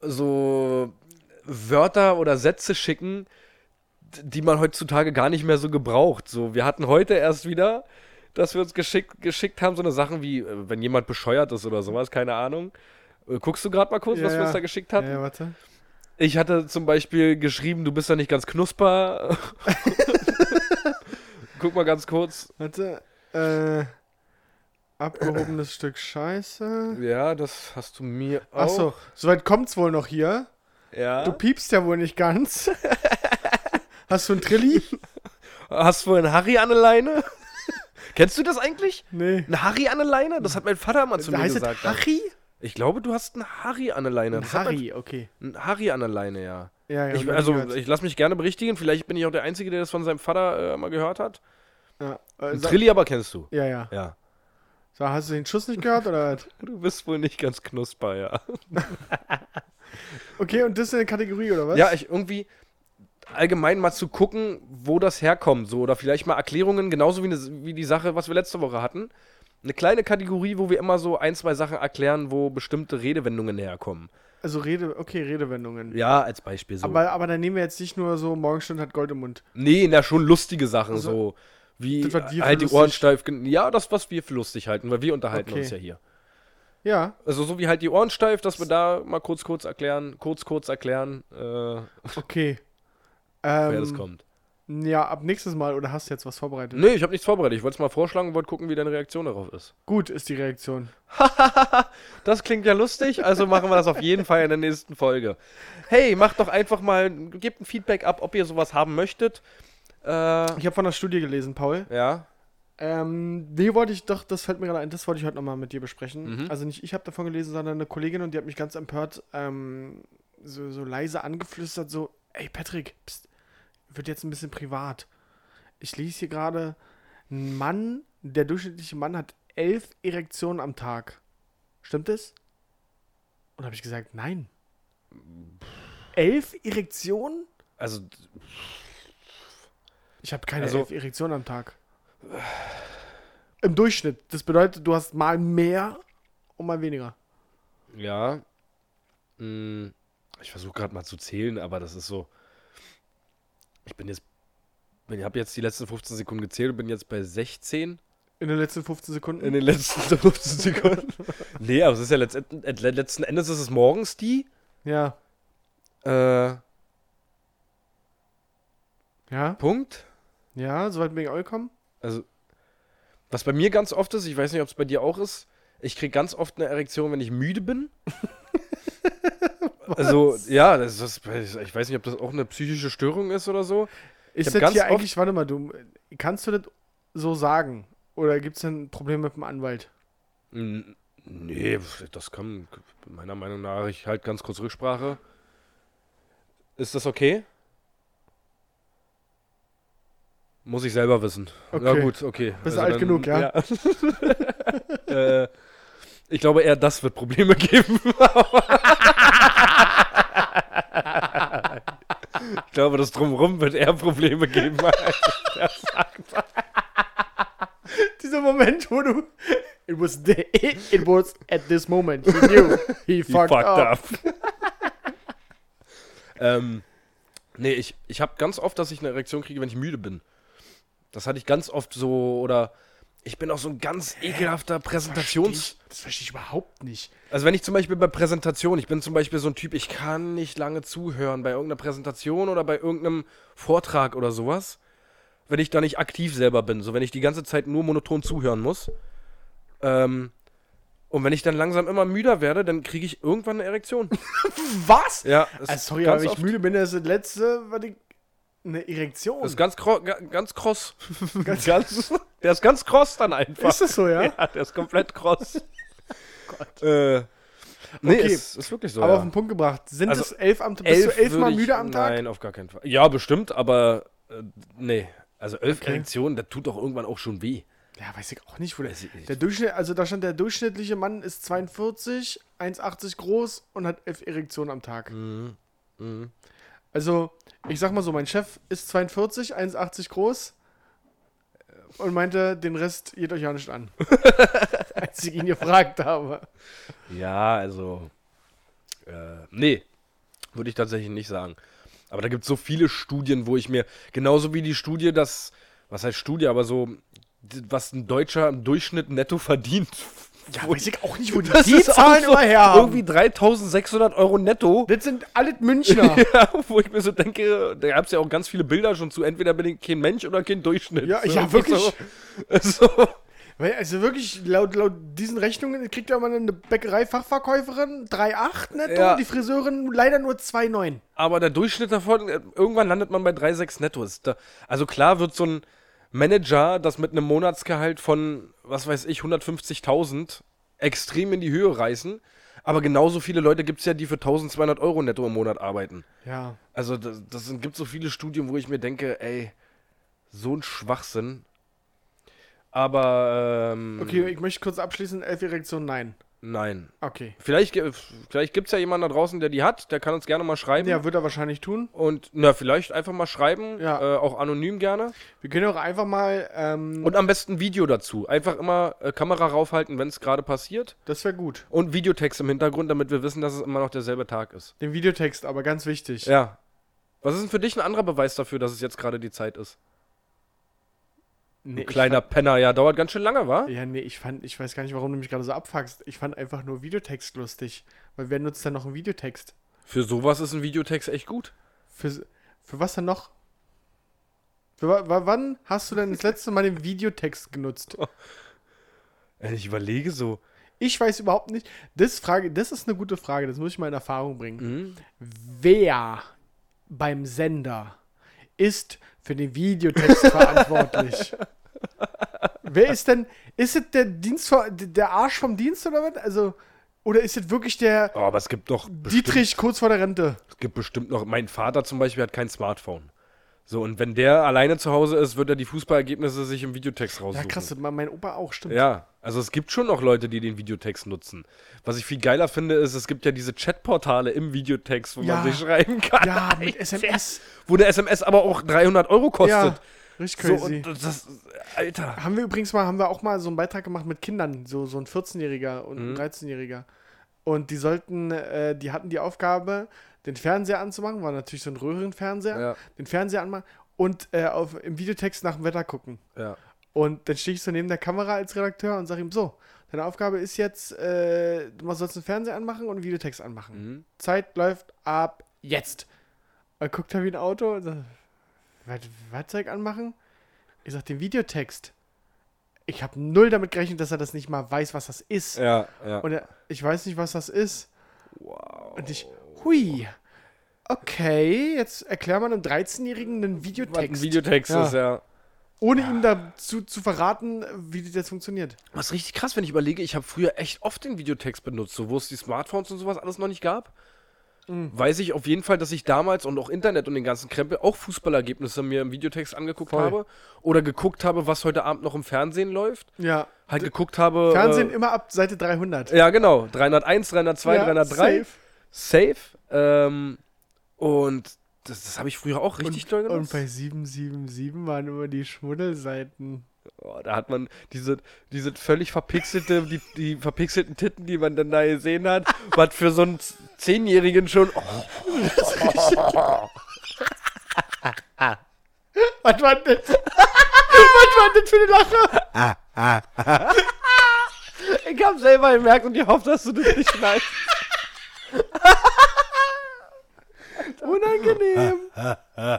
S4: so Wörter oder Sätze schicken, d- die man heutzutage gar nicht mehr so gebraucht. So, wir hatten heute erst wieder, dass wir uns geschickt, geschickt haben, so eine Sachen wie, äh, wenn jemand bescheuert ist oder sowas, keine Ahnung. Äh, Guckst du gerade mal kurz,
S3: Ja,
S4: was wir
S3: ja.
S4: uns da geschickt
S3: Ja,
S4: hatten?
S3: ja, warte.
S4: Ich hatte zum Beispiel geschrieben, du bist ja nicht
S3: [LAUGHS]
S4: ganz knusper. [LAUGHS] Guck mal ganz kurz.
S3: Warte, äh, abgehobenes Stück Scheiße.
S4: Ja, das hast du mir auch.
S3: Achso, soweit kommt's wohl noch hier.
S4: Oh. Ja.
S3: Du piepst ja wohl nicht
S4: [LAUGHS]
S3: ganz. Hast du ein Trilli?
S4: hast wohl einen Harry an der Leine? [LAUGHS] Kennst du das eigentlich?
S3: Nee.
S4: Ein Harry an der Leine? Das hat mein Vater mal zu
S3: Da
S4: mir
S3: heißt es
S4: gesagt.
S3: Harry?
S4: Ich glaube, du hast einen Harry an der Leine.
S3: Ein
S4: Das hat mein-
S3: Harry, okay.
S4: Ein Harry an der Leine, ja.
S3: Ja, ja, hab
S4: Ich,
S3: noch nie
S4: also,
S3: gehört.
S4: ich lasse mich gerne berichtigen. Vielleicht bin ich auch der Einzige, der das von seinem Vater äh, mal gehört hat.
S3: ja, äh,
S4: Ein
S3: sa-
S4: Trilli aber kennst du.
S3: ja, ja.
S4: Ja.
S3: So, hast du den Schuss nicht gehört
S4: [LAUGHS]
S3: oder was?
S4: Du bist wohl nicht ganz knusper, ja.
S3: Okay, und das ist eine Kategorie oder was?
S4: Ja, ich irgendwie. allgemein mal zu gucken, wo das herkommt. So. Oder vielleicht mal Erklärungen, genauso wie, ne, wie die Sache, was wir letzte Woche hatten. Eine kleine Kategorie, wo wir immer so ein, zwei Sachen erklären, wo bestimmte Redewendungen herkommen.
S3: Also Rede, okay, Redewendungen.
S4: Ja, als Beispiel so.
S3: Aber, aber dann nehmen wir jetzt nicht nur so, Morgenstund hat Gold im Mund.
S4: nee, na schon lustige Sachen
S3: Also,
S4: so. Wie
S3: das, was wir für
S4: halt die
S3: lustig-
S4: Ohren steif. gen- Ja, das, was wir für lustig halten, weil wir unterhalten
S3: Okay.
S4: uns ja hier.
S3: Ja,
S4: Also so wie halt die Ohren steif, dass wir da mal kurz, kurz erklären, kurz, kurz erklären, äh, woher
S3: okay.
S4: das
S3: Ähm,
S4: kommt.
S3: ja, ab nächstes Mal oder hast du jetzt was vorbereitet?
S4: Nee, ich habe nichts vorbereitet. Ich wollte es mal vorschlagen und wollte gucken, wie deine Reaktion darauf ist.
S3: Gut ist die Reaktion.
S4: Das klingt ja lustig, also machen wir das auf jeden Fall in der nächsten Folge. Hey, macht doch einfach mal, gebt ein Feedback ab, ob ihr sowas haben möchtet. Äh,
S3: Ich habe von der Studie gelesen, Paul.
S4: ja,
S3: Ähm, nee, wollte ich doch, das fällt mir gerade ein, das wollte ich heute nochmal mit dir besprechen.
S4: Mhm.
S3: Also nicht ich habe davon gelesen, sondern eine Kollegin und die hat mich ganz empört ähm, so, so leise angeflüstert, so, ey Patrick, pst, wird jetzt ein bisschen privat. Ich lese hier gerade, ein Mann, der durchschnittliche Mann hat elf Erektionen am Tag. Stimmt es? Und habe ich gesagt, nein. Elf Erektionen?
S4: also
S3: Ich habe keine
S4: Also-
S3: elf Erektionen am Tag. Im Durchschnitt. Das bedeutet, du hast mal mehr und mal weniger.
S4: Ja. Mm, Ich versuche gerade mal zu zählen, aber das ist so. Ich bin jetzt. Ich habe jetzt die letzten 15 Sekunden gezählt und bin jetzt bei 16
S3: In den letzten 15 Sekunden.
S4: in den letzten [LAUGHS] 15 Sekunden. nee, aber es ist ja letzten, äh, letzten Endes ist es morgens die.
S3: ja.
S4: Äh,
S3: Ja.
S4: Punkt.
S3: Ja, soweit bin ich angekommen.
S4: Also, was bei mir ganz oft ist, ich weiß nicht, ob es bei dir auch ist, ich kriege ganz oft eine Erektion, wenn ich müde bin. also, ja, das ist, ich weiß nicht, ob das auch eine psychische Störung ist oder so.
S3: Ist
S4: hab
S3: das
S4: ganz
S3: hier
S4: oft-
S3: eigentlich, warte mal, du, kannst du das so sagen? Oder gibt es denn ein Problem mit dem Anwalt?
S4: N- Nee, das kann meiner Meinung nach, ich halt ganz kurz Rücksprache. Ist das okay? Muss ich selber wissen. Ja
S3: Okay.
S4: gut, okay. Also
S3: Bist alt genug, ja?
S4: ja. [LAUGHS] äh, ich glaube eher, das wird Probleme geben. [LAUGHS] ich glaube, das Drumherum wird eher Probleme geben.
S3: Dieser Moment, wo du. It was, the, it was at this moment. He knew. He
S4: [LAUGHS] He
S3: fucked, up.
S4: ähm, nee, ich, ich habe ganz oft, dass ich eine Erektion kriege, wenn ich müde bin. Das hatte ich ganz oft so, oder ich bin auch so ein ganz ekelhafter Präsentations...
S3: Das verstehe Äh, ich überhaupt nicht.
S4: Also wenn ich zum Beispiel bei Präsentation, ich bin zum Beispiel so ein Typ, ich kann nicht lange zuhören bei irgendeiner Präsentation oder bei irgendeinem Vortrag oder sowas, wenn ich da nicht aktiv selber bin, so wenn ich die ganze Zeit nur monoton zuhören muss. Ähm, und wenn ich dann langsam immer müder werde, dann kriege ich irgendwann eine Erektion.
S3: Was?
S4: Ja,
S3: [LAUGHS]
S4: das
S3: Ah,
S4: ist
S3: sorry,
S4: ganz
S3: aber wenn ich
S4: oft-
S3: müde bin, das ist das letzte, was ich. Eine Erektion.
S4: Das ist ganz, kro ga-
S3: [LAUGHS]
S4: ganz kross. Ganz, der ist ganz kross dann einfach.
S3: Ist das so, ja?
S4: ja, der ist komplett kross. Äh, nee,
S3: Okay.
S4: ist, ist wirklich so.
S3: Aber
S4: ja.
S3: auf den Punkt gebracht. Sind
S4: Also,
S3: es elf am Tag? Bist du elfmal
S4: würd ich-
S3: müde am Tag?
S4: Nein, auf gar keinen Fall. Ja, bestimmt, aber äh, nee. Also elf
S3: Okay.
S4: Erektionen, das tut doch irgendwann auch schon weh.
S3: Ja, weiß ich auch nicht, wo der
S4: Weiß ich nicht.
S3: Der Durchschnitt, also da stand, der durchschnittliche Mann ist 42, 1,80 groß und hat elf Erektionen am Tag. Mhm. Also, ich sag mal so, mein Chef ist 42, 1,80 groß äh, und meinte, den Rest geht euch ja nicht [LAUGHS] an. Als ich ihn gefragt habe.
S4: Ja, also. Äh, nee, würde ich tatsächlich nicht sagen. Aber da gibt es so viele Studien, wo ich mir, genauso wie die Studie, dass, was heißt Studie, aber so, d- was ein Deutscher im Durchschnitt netto verdient.
S3: Ja, weiß ich auch nicht, wo die,
S4: [LAUGHS] Das
S3: die
S4: ist auch
S3: Zahlen
S4: so
S3: immer her haben.
S4: Irgendwie 3600 Euro netto.
S3: Das sind alle Münchner.
S4: [LAUGHS]
S3: [LAUGHS]
S4: Ja, wo ich mir so denke, da gab es ja auch ganz viele Bilder schon zu, entweder bin ich kein Mensch oder kein Durchschnitt.
S3: Ja,
S4: so,
S3: ja, wirklich.
S4: So, [LAUGHS] so.
S3: Weil, also wirklich, laut, laut diesen Rechnungen kriegt ja mal eine Bäckerei-Fachverkäuferin 3,8 netto,
S4: Ja.
S3: die Friseurin leider nur 2,9.
S4: Aber der Durchschnitt davon, äh, irgendwann landet man bei 3,6 netto. Ist da, also klar wird so ein Manager, das mit einem Monatsgehalt von, was weiß ich, 150.000 extrem in die Höhe reißen. Aber genauso viele Leute gibt es ja, die für 1200 Euro netto im Monat arbeiten.
S3: Ja.
S4: Also das, das sind- gibt so viele Studien, wo ich mir denke, ey, so ein Schwachsinn. Aber ähm,
S3: Okay, ich möchte kurz abschließen, elf Erektionen, nein.
S4: Nein.
S3: Okay.
S4: Vielleicht, ge- vielleicht gibt es ja jemanden da draußen, der die hat. Der kann uns gerne mal schreiben.
S3: Ja, wird er wahrscheinlich tun.
S4: Und na, vielleicht einfach mal schreiben.
S3: Ja.
S4: Äh, auch anonym gerne.
S3: Wir können auch einfach mal, ähm,
S4: Und am besten Video dazu. Einfach immer äh, Kamera raufhalten, wenn es gerade passiert.
S3: das wäre gut.
S4: Und Videotext im Hintergrund, damit wir wissen, dass es immer noch derselbe Tag ist.
S3: Den Videotext, aber ganz wichtig.
S4: Ja. Was ist denn für dich ein anderer Beweis dafür, dass es jetzt gerade die Zeit ist?
S3: Nee,
S4: Du kleiner Penner, ja, dauert ganz schön lange, wa?
S3: Ich fand, ja, nee, ich fand, ich weiß gar nicht, warum du mich gerade so abfuckst. Ich fand einfach nur Videotext lustig. Weil wer nutzt denn noch einen Videotext?
S4: Für sowas ist ein Videotext echt gut.
S3: Für, für was denn noch? Für, wa- wa- wann hast du denn das letzte Mal den Videotext genutzt?
S4: Ey, Ich überlege so.
S3: Ich weiß überhaupt nicht. Das, Frage, das ist eine gute Frage, das muss ich mal in Erfahrung bringen.
S4: Mhm.
S3: Wer beim Sender ist für den Videotext verantwortlich? Wer ist denn, ist es der Dienst, der Arsch vom Dienst oder was? Also, oder ist es wirklich der,
S4: Oh, aber es gibt doch bestimmt,
S3: Dietrich kurz vor der Rente.
S4: es gibt bestimmt noch. Mein Vater zum Beispiel hat kein Smartphone. So, und wenn der alleine zu Hause ist, wird er die Fußballergebnisse sich im Videotext
S3: Ja,
S4: raussuchen.
S3: krass, mein, mein Opa auch, stimmt.
S4: Ja, also es gibt schon noch Leute, die den Videotext nutzen. Was ich viel geiler finde, ist, es gibt ja diese Chatportale im Videotext, wo
S3: Ja.
S4: man sich schreiben kann.
S3: Ja, mit SMS.
S4: Wo eine SMS aber auch 300 Euro
S3: Ja,
S4: kostet.
S3: richtig
S4: so,
S3: crazy.
S4: und das, Alter.
S3: haben wir übrigens mal, haben wir auch mal so einen Beitrag gemacht mit Kindern, so, so ein 14-Jähriger und ein 13-Jähriger. Und die sollten, äh, die hatten die Aufgabe, den Fernseher anzumachen, war natürlich so ein Röhrenfernseher,
S4: Ja.
S3: den Fernseher anmachen und äh, auf, im Videotext nach dem Wetter gucken.
S4: Ja.
S3: Und dann stehe ich so neben der Kamera als Redakteur und sage ihm so, deine Aufgabe ist jetzt, äh, man soll den Fernseher anmachen und einen Videotext anmachen.
S4: Mhm.
S3: Zeit läuft ab jetzt. Und guckt er wie ein Auto und sagt, was, was soll ich anmachen? Ich sag, den Videotext. Ich habe null damit gerechnet, dass er das nicht mal weiß, was das ist.
S4: Ja, ja.
S3: Und er, ich weiß nicht, was das ist. Wow. Und ich, hui. Okay, jetzt erklär mal einem 13-Jährigen einen
S4: Was ein
S3: Videotext.
S4: Videotext
S3: Ja.
S4: ist, ja.
S3: ohne ihm dazu zu verraten, wie das funktioniert.
S4: Was richtig krass, wenn ich überlege, ich habe früher echt oft den Videotext benutzt, so wo es die Smartphones und sowas alles noch nicht gab.
S3: Mhm.
S4: Weiß ich auf jeden Fall, dass ich damals und auch Internet und den ganzen Krempel auch Fußballergebnisse mir im Videotext angeguckt
S3: Voll.
S4: habe oder geguckt habe, was heute Abend noch im Fernsehen läuft.
S3: Ja.
S4: Halt geguckt habe.
S3: Fernsehen
S4: äh,
S3: immer ab Seite 300.
S4: Ja, genau. 301, 302,
S3: Ja,
S4: 303.
S3: safe.
S4: Safe. Ähm, und das, das habe ich früher auch richtig doll
S3: und, und
S4: genutzt.
S3: bei 777 waren immer die Schmuddelseiten.
S4: Oh, da hat man diese, diese völlig verpixelte, die, die verpixelten Titten, die man dann da gesehen [LAUGHS] hat, was für so einen Z- Zehnjährigen schon. Oh,
S3: Was war denn
S4: [LAUGHS]
S3: das? Was war das für eine Lache?
S4: ich hab selber gemerkt und ich hoffe, dass du das nicht schneidest.
S3: Unangenehm.
S4: Ah.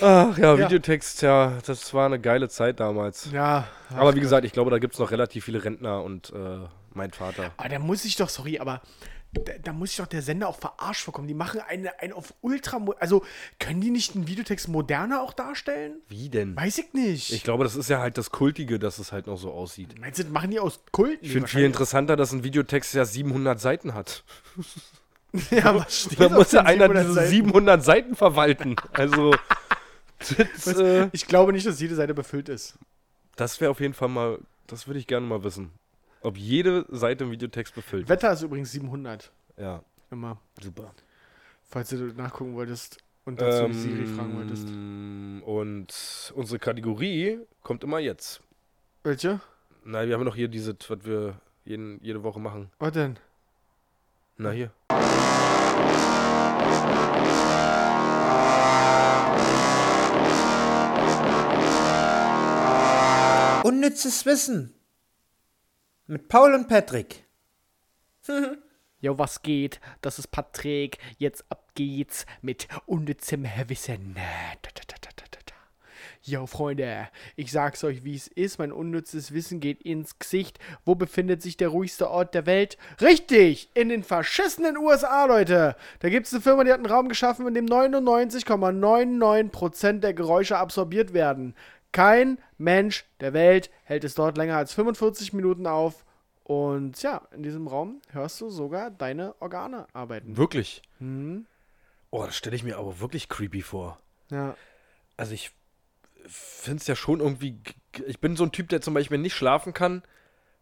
S4: Ach ja,
S3: Ja.
S4: Videotext, ja, das war eine geile Zeit damals.
S3: Ja.
S4: Aber wie gesagt, ich glaube, da gibt es noch relativ viele Rentner und äh, mein Vater.
S3: Aber da muss ich doch, sorry, aber da, da muss ich doch der Sender auch verarscht vorkommen. Die machen eine, eine auf ultra. Also können die nicht einen Videotext moderner auch darstellen?
S4: Wie denn?
S3: Weiß ich nicht.
S4: Ich glaube, das ist ja halt das Kultige, dass es halt noch so aussieht.
S3: Meinst du, das machen die aus Kult?
S4: Ich finde viel interessanter, dass ein Videotext ja 700 Seiten hat.
S3: [LAUGHS] Ja, was steht
S4: Da
S3: auf
S4: muss ja
S3: den
S4: einer
S3: 700
S4: diese
S3: Seiten?
S4: 700
S3: [LAUGHS]
S4: Seiten verwalten. Also, das, äh,
S3: Ich glaube nicht, dass jede Seite befüllt ist.
S4: das wäre auf jeden Fall mal, das würde ich gerne mal wissen. Ob jede Seite im Videotext befüllt wird.
S3: Wetter ist übrigens 700.
S4: Ja,
S3: Immer.
S4: super.
S3: Falls du nachgucken wolltest und dazu
S4: Ähm,
S3: Siri fragen wolltest.
S4: Und unsere Kategorie kommt immer jetzt.
S3: Welche?
S4: Nein, wir haben noch hier diese, was wir jeden, jede Woche machen.
S3: Was denn?
S4: Na hier.
S2: Unnützes Wissen. Mit Paul und Patrick.
S3: Ja, was geht? Das ist Patrick. Jetzt ab geht's mit unnützem Wissen. Da, da, da, da, da, da, da. Ja, Freunde, ich sag's euch, wie es ist. Mein unnützes Wissen geht ins Gesicht. Wo befindet sich der ruhigste Ort der Welt? Richtig, in den verschissenen USA, Leute. Da gibt's eine Firma, die hat einen Raum geschaffen, in dem 99,99% der Geräusche absorbiert werden. Kein Mensch der Welt hält es dort länger als 45 Minuten auf. Und ja, in diesem Raum hörst du sogar deine Organe arbeiten.
S4: Wirklich?
S3: Hm?
S4: Oh, das stelle ich mir aber wirklich creepy vor.
S3: Ja.
S4: Also ich finde es ja schon irgendwie. g- g- Ich bin so ein Typ, der zum Beispiel nicht schlafen kann,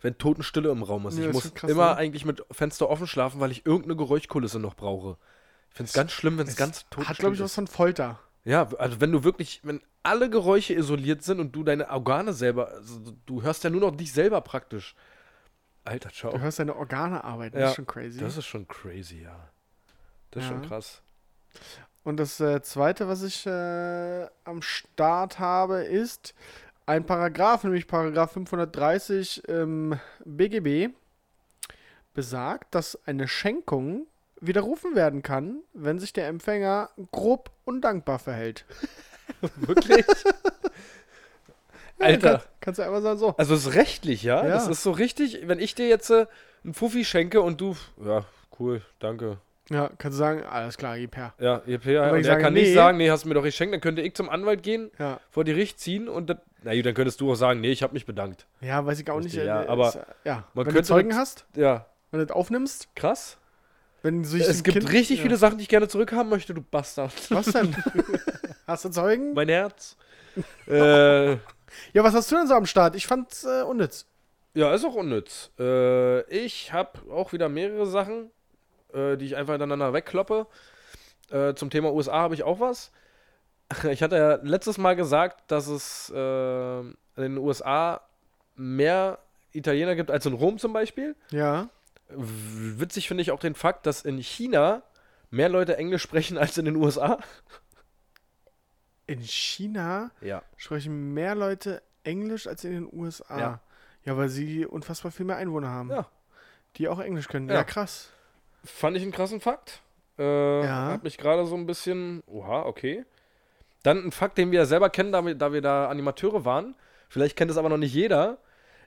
S4: wenn Totenstille im Raum ist.
S3: Ja,
S4: ich
S3: das
S4: muss
S3: ist krass,
S4: immer
S3: ne?
S4: eigentlich mit Fenster offen schlafen, weil ich irgendeine Geräuschkulisse noch brauche. Ich finde es ganz schlimm, wenn es ganz
S3: Hat, glaube
S4: totenstill
S3: ich, was
S4: ist.
S3: von Folter.
S4: Ja, also wenn du wirklich, wenn alle Geräusche isoliert sind und du deine Organe selber, also du hörst ja nur noch dich selber praktisch. Alter, ciao.
S3: Du hörst deine Organe arbeiten.
S4: Ja,
S3: Das ist schon crazy.
S4: Das ist schon crazy, ja. Das ist
S3: Ja.
S4: schon
S3: [LAUGHS]
S4: krass.
S3: Und das äh, zweite, was ich äh, am Start habe, ist ein Paragraph, nämlich Paragraph 530 ähm, BGB, besagt, dass eine Schenkung widerrufen werden kann, wenn sich der Empfänger grob undankbar verhält.
S4: Wirklich? Alter.
S3: Kannst, kannst du einfach sagen so.
S4: Also es ist rechtlich, ja?
S3: Ja.
S4: Das ist so richtig, wenn ich dir jetzt äh, einen Fuffi schenke und du, ja, cool, danke.
S3: Ja, kannst du sagen, alles klar, gib her.
S4: Ja, ihr PA,
S3: wenn
S4: und
S3: ich
S4: er
S3: sage,
S4: kann
S3: nee.
S4: nicht sagen, nee, hast du mir doch geschenkt, dann könnte ich zum Anwalt gehen,
S3: Ja,
S4: vor Gericht ziehen und das, na gut, dann könntest du auch sagen, nee, ich habe mich bedankt.
S3: ja weiß ich auch
S4: Richtig,
S3: nicht. äh,
S4: ja,
S3: ist,
S4: aber
S3: äh, ja.
S4: man
S3: wenn du
S4: könnte
S3: Zeugen
S4: das-
S3: hast,
S4: Ja,
S3: wenn du das aufnimmst,
S4: krass.
S3: wenn sich
S4: es
S3: ein
S4: gibt
S3: Kind-
S4: richtig
S3: ja.
S4: viele Sachen, die ich gerne zurückhaben möchte, du Bastard.
S3: Was
S4: [LAUGHS]
S3: denn? hast du Zeugen? [LAUGHS]
S4: Mein Herz. äh,
S3: Ja, was hast du denn so am Start? Ich fand's äh, unnütz.
S4: ja, ist auch unnütz. Äh, ich habe auch wieder mehrere Sachen, äh, die ich einfach hintereinander wegkloppe. Äh, zum Thema USA habe ich auch was. Ich hatte ja letztes Mal gesagt, dass es äh, in den USA mehr Italiener gibt als in Rom zum Beispiel.
S3: Ja.
S4: W- Witzig finde ich auch den Fakt, dass in China mehr Leute Englisch sprechen als in den USA.
S3: In China
S4: Ja.
S3: sprechen mehr Leute Englisch als in den USA.
S4: Ja.
S3: Ja, weil sie unfassbar viel mehr Einwohner haben.
S4: Ja.
S3: Die auch Englisch können.
S4: Ja.
S3: Ja, krass.
S4: Fand ich einen krassen Fakt. Äh,
S3: Ja.
S4: Hat mich gerade so ein bisschen. Oha, okay. Dann ein Fakt, den wir ja selber kennen, da wir, da wir da Animateure waren. Vielleicht kennt es aber noch nicht jeder.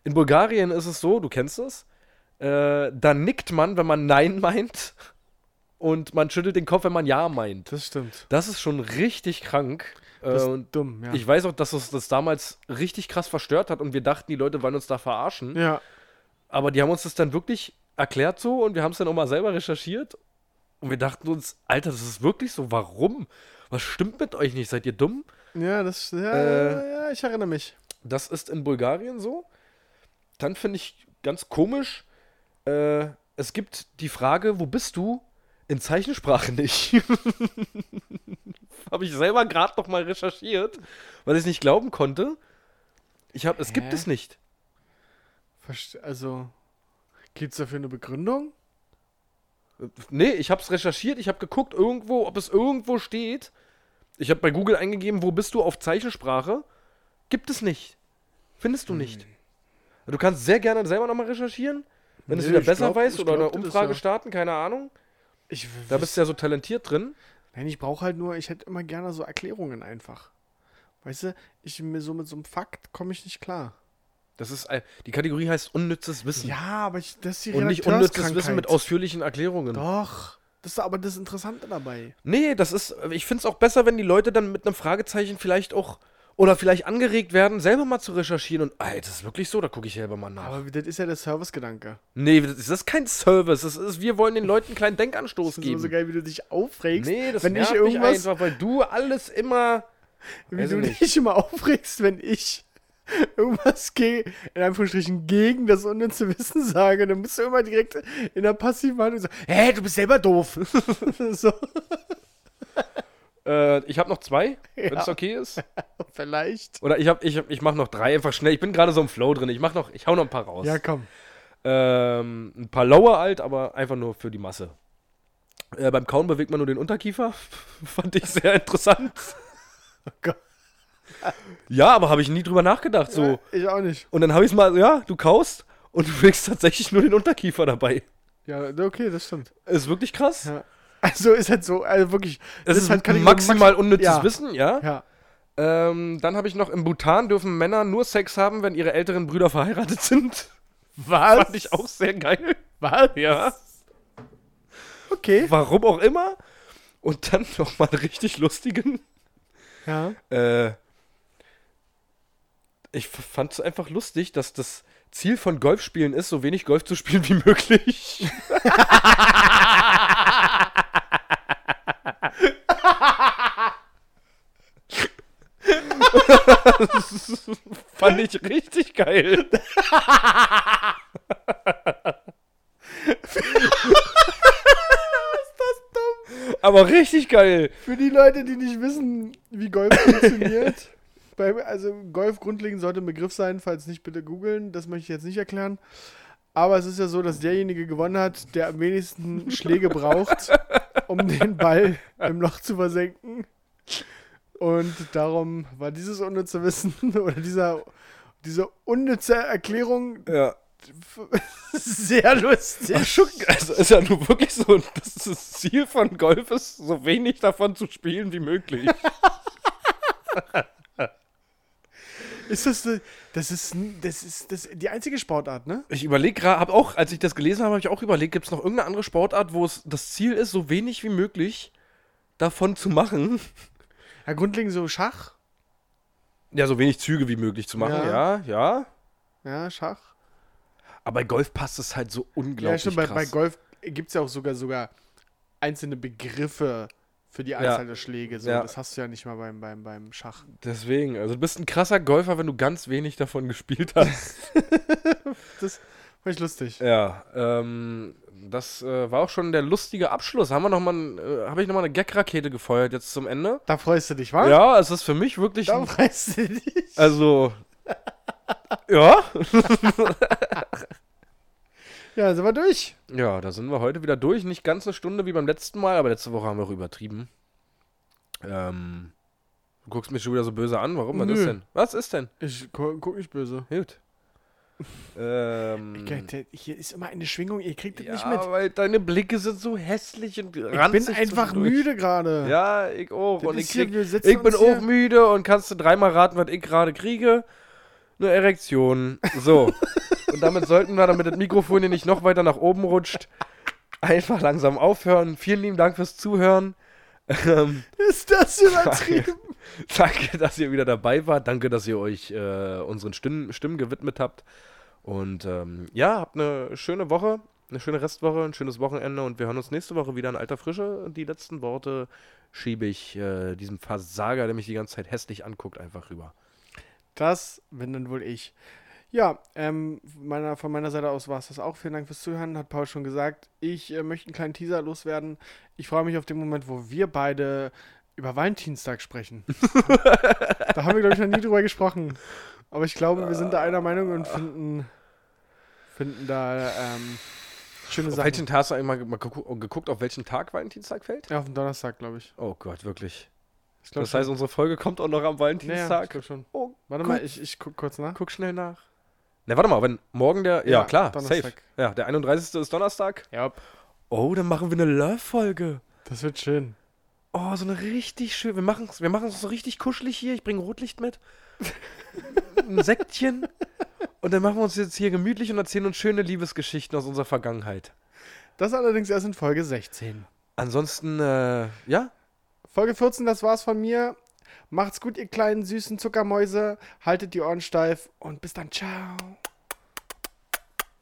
S4: In Bulgarien ist es so, du kennst es. Äh, da nickt man, wenn man Nein [LAUGHS] meint. Und man schüttelt den Kopf, wenn man Ja meint.
S3: Das stimmt.
S4: Das ist schon richtig krank. Äh,
S3: Das
S4: und
S3: ist dumm, ja.
S4: ich weiß auch, dass uns das damals richtig krass verstört hat und wir dachten, die Leute wollen uns da verarschen.
S3: ja.
S4: Aber die haben uns das dann wirklich erklärt so und wir haben es dann auch mal selber recherchiert. Und wir dachten uns, Alter, das ist wirklich so, warum? Was stimmt mit euch nicht? Seid ihr dumm?
S3: Ja, das. Ja,
S4: Äh.
S3: ja, ich erinnere mich.
S4: Das ist in Bulgarien so. Dann finde ich ganz komisch, äh, es gibt die Frage, wo bist du? In Zeichensprache nicht. [LAUGHS] habe ich selber gerade noch mal recherchiert, weil ich es nicht glauben konnte. Ich hab, es gibt
S3: Hä?
S4: es nicht.
S3: Verste also. Gibt's dafür eine Begründung?
S4: Nee, ich hab's recherchiert, ich hab geguckt irgendwo, ob es irgendwo steht. Ich hab bei Google eingegeben, wo bist du auf Zeichensprache? Gibt es nicht. Findest du nicht. Du kannst sehr gerne selber nochmal recherchieren, wenn du es
S3: Nee,
S4: wieder
S3: ich
S4: besser
S3: glaub-
S4: weißt
S3: ich
S4: oder eine
S3: glaub, das ist
S4: Umfrage
S3: ja-
S4: starten, keine Ahnung.
S3: Ich,
S4: Da bist du ja so talentiert drin.
S3: Nein, ich brauche halt nur, ich hätte immer gerne so Erklärungen einfach. Weißt du, ich mir so mit so einem Fakt komme ich nicht klar.
S4: Das ist ein, die Kategorie heißt unnützes Wissen
S3: Ja, aber ich, das ist die
S4: und nicht unnützes Wissen mit
S3: Redakteurskrankheit.
S4: ausführlichen Erklärungen.
S3: Doch. Das ist aber das Interessante dabei.
S4: Nee, das ist ich find's auch besser, wenn die Leute dann mit einem Fragezeichen vielleicht auch oder vielleicht angeregt werden, selber mal zu recherchieren und Alter, das ist wirklich so, da gucke ich selber mal nach.
S3: Aber das ist ja der Servicegedanke.
S4: Nee, das ist das ist kein Service. Das ist, wir wollen den Leuten einen kleinen Denkanstoß
S3: Das ist immer
S4: geben.
S3: so geil, wie du dich aufregst.
S4: nee, das
S3: wenn ich
S4: nervt
S3: irgendwas,
S4: mich einfach, weil du alles immer.
S3: wie
S4: weiß
S3: du
S4: ich nicht.
S3: dich immer aufregst, wenn ich irgendwas ge in Anführungsstrichen gegen das unnütze Wissen sage, dann bist du immer direkt in der passiven Handlung so, hä, du bist selber doof. [LAUGHS] so,
S4: Äh, ich habe noch zwei, wenn
S3: Ja.
S4: es okay ist.
S3: vielleicht.
S4: Oder ich hab, ich, hab- ich mache noch drei einfach schnell. Ich bin gerade so im Flow drin. Ich mach noch, ich hau noch ein paar raus.
S3: Ja, komm.
S4: Ähm, ein paar lower alt, aber einfach nur für die Masse. Äh, beim Kauen bewegt man nur den Unterkiefer. [LAUGHS] Fand ich sehr interessant.
S3: Oh Gott.
S4: ja, aber habe ich nie drüber nachgedacht. So.
S3: Ich auch nicht.
S4: Und dann habe ich es mal, ja, du kaust und du bewegst tatsächlich nur den Unterkiefer dabei.
S3: Ja, okay, das stimmt.
S4: Ist wirklich krass.
S3: Ja. Also ist halt so, also wirklich.
S4: Das, ist
S3: halt Kategorie
S4: maximal
S3: Max-
S4: unnützes
S3: ja.
S4: Wissen, ne? ja.
S3: Ja.
S4: Ähm, dann habe ich noch, in Bhutan dürfen Männer nur Sex haben, wenn ihre älteren Brüder verheiratet sind.
S3: Was?
S4: Fand ich auch sehr geil.
S3: Was?
S4: Ja.
S3: Okay.
S4: Warum auch immer. Und dann noch mal einen richtig lustigen.
S3: Ja.
S4: Äh, ich fand es einfach lustig, dass das Ziel von Golfspielen ist, so wenig Golf zu spielen wie möglich. [LAUGHS] Fand ich richtig geil. Aber richtig geil.
S3: Für die Leute, die nicht wissen, wie [LAUGHS] Golf funktioniert, bei, also Golf grundlegend sollte ein Begriff sein, falls nicht, bitte googeln, das möchte ich jetzt nicht erklären. Aber es ist ja so, dass derjenige gewonnen hat, der am wenigsten Schläge braucht, um den Ball im Loch zu versenken. Und darum war dieses unnütze Wissen [LAUGHS] oder dieser, diese unnütze Erklärung [LAUGHS]
S4: Ja.
S3: sehr lustig.
S4: Schon, [LAUGHS] also ist ja nur wirklich so, dass das Ziel von Golf ist, so wenig davon zu spielen wie möglich.
S3: Ist das, ne- das ist, n- das ist das, die einzige Sportart, ne?
S4: [LAUGHS] Ich überlege gerade, habe auch, als ich das gelesen habe, habe ich auch überlegt, gibt es noch irgendeine andere Sportart, wo es das Ziel ist, so wenig wie möglich davon zu machen?
S3: Ja, grundlegend so Schach.
S4: Ja, so wenig Züge wie möglich zu machen, ja,
S3: Ja.
S4: ja.
S3: Ja, Schach.
S4: Aber bei Golf passt es halt so unglaublich
S3: Ja, stimmt, bei,
S4: krass.
S3: bei Golf gibt es ja auch sogar, sogar einzelne Begriffe für die Anzahl der Schläge. So.
S4: Ja.
S3: Das hast du ja nicht mal beim, beim, beim Schach.
S4: Deswegen, also du bist ein krasser Golfer, wenn du ganz wenig davon [LAUGHS] gespielt hast.
S3: Das fand ich lustig.
S4: ja, ähm, das äh, war auch schon der lustige Abschluss. Haben wir noch mal, ein, äh, habe ich nochmal eine Gag-Rakete gefeuert jetzt zum Ende?
S3: Da freust du dich, wa?
S4: Ja, es ist für mich wirklich,
S3: Da
S4: ein,
S3: freust du dich. [LAUGHS]
S4: also, ja.
S3: Ja, sind wir durch.
S4: Ja, da sind wir heute wieder durch. Nicht ganz eine Stunde wie beim letzten Mal, aber letzte Woche haben wir auch übertrieben. Ähm, du guckst mich schon wieder so böse an. Warum? Was
S3: Nö.
S4: ist denn? Was ist denn?
S3: Ich gu guck nicht böse.
S4: Gut. ähm,
S3: Leute, Hier ist immer eine Schwingung, ihr kriegt das
S4: ja,
S3: nicht mit.
S4: weil deine Blicke sind so hässlich und
S3: Ich bin
S4: ranzig
S3: einfach
S4: zwischendurch.
S3: müde gerade.
S4: Ja, ich auch.
S3: Äh, Das
S4: Und ich,
S3: ist hier-
S4: krieg,
S3: wir sitzen
S4: ich bin
S3: uns hier-
S4: auch müde und kannst du dreimal raten, was ich gerade kriege? Eine Erektion.
S3: [LAUGHS]
S4: So. und damit sollten wir, damit das Mikrofon hier nicht noch weiter nach oben rutscht, einfach langsam aufhören. Vielen lieben Dank fürs Zuhören. Ähm,
S3: Ist das
S4: [LAUGHS]
S3: übertrieben?
S4: danke, dass ihr wieder dabei wart. Danke, dass ihr euch äh, unseren Stimmen, Stimmen gewidmet habt. Und ähm, ja, habt eine schöne Woche, eine schöne Restwoche, ein schönes Wochenende und wir hören uns nächste Woche wieder in alter Frische. Die letzten Worte schiebe ich äh, diesem Versager, der mich die ganze Zeit hässlich anguckt, einfach rüber.
S3: Das bin dann wohl ich. Ja, ähm, meiner, von meiner Seite aus war es das auch. Vielen Dank fürs Zuhören, hat Paul schon gesagt. Ich äh, möchte einen kleinen Teaser loswerden. Ich freue mich auf den Moment, wo wir beide über Valentinstag
S4: [LAUGHS]
S3: sprechen. da haben wir, glaube ich, noch nie drüber gesprochen. Aber ich glaube, wir sind da einer Meinung und finden, finden da ähm, schöne
S4: Auf
S3: Sachen.
S4: welchen Tag hast du eigentlich mal, ge- mal geguckt- geguckt, auf welchen Tag Valentinstag fällt?
S3: Ja, auf den Donnerstag, glaube ich.
S4: Oh Gott, wirklich.
S3: ich glaub
S4: Das heißt, unsere Folge kommt auch noch
S3: schon.
S4: am
S3: naja, ich
S4: Valentinstag.
S3: glaub schon.
S4: Oh,
S3: Warte mal, ich, ich gucke kurz nach.
S4: Guck schnell nach. Na, warte mal, wenn morgen der. Ja,
S3: Ja,
S4: klar, safe.
S3: Donnerstag.
S4: Ja, der 31. ist Donnerstag.
S3: Ja,
S4: Oh, dann machen wir eine Love-Folge.
S3: das wird schön.
S4: Oh, so eine richtig schön. Wir machen es wir machen's so richtig kuschelig hier. Ich bringe Rotlicht [LAUGHS] mit. Ein Sektchen. Und dann machen wir uns jetzt hier gemütlich und erzählen uns schöne Liebesgeschichten aus unserer Vergangenheit.
S3: Das allerdings erst in Folge 16.
S4: Ansonsten, äh, ja,
S3: Folge 14, das war's von mir. Macht's gut, ihr kleinen süßen Zuckermäuse. Haltet die Ohren steif und bis dann. Ciao.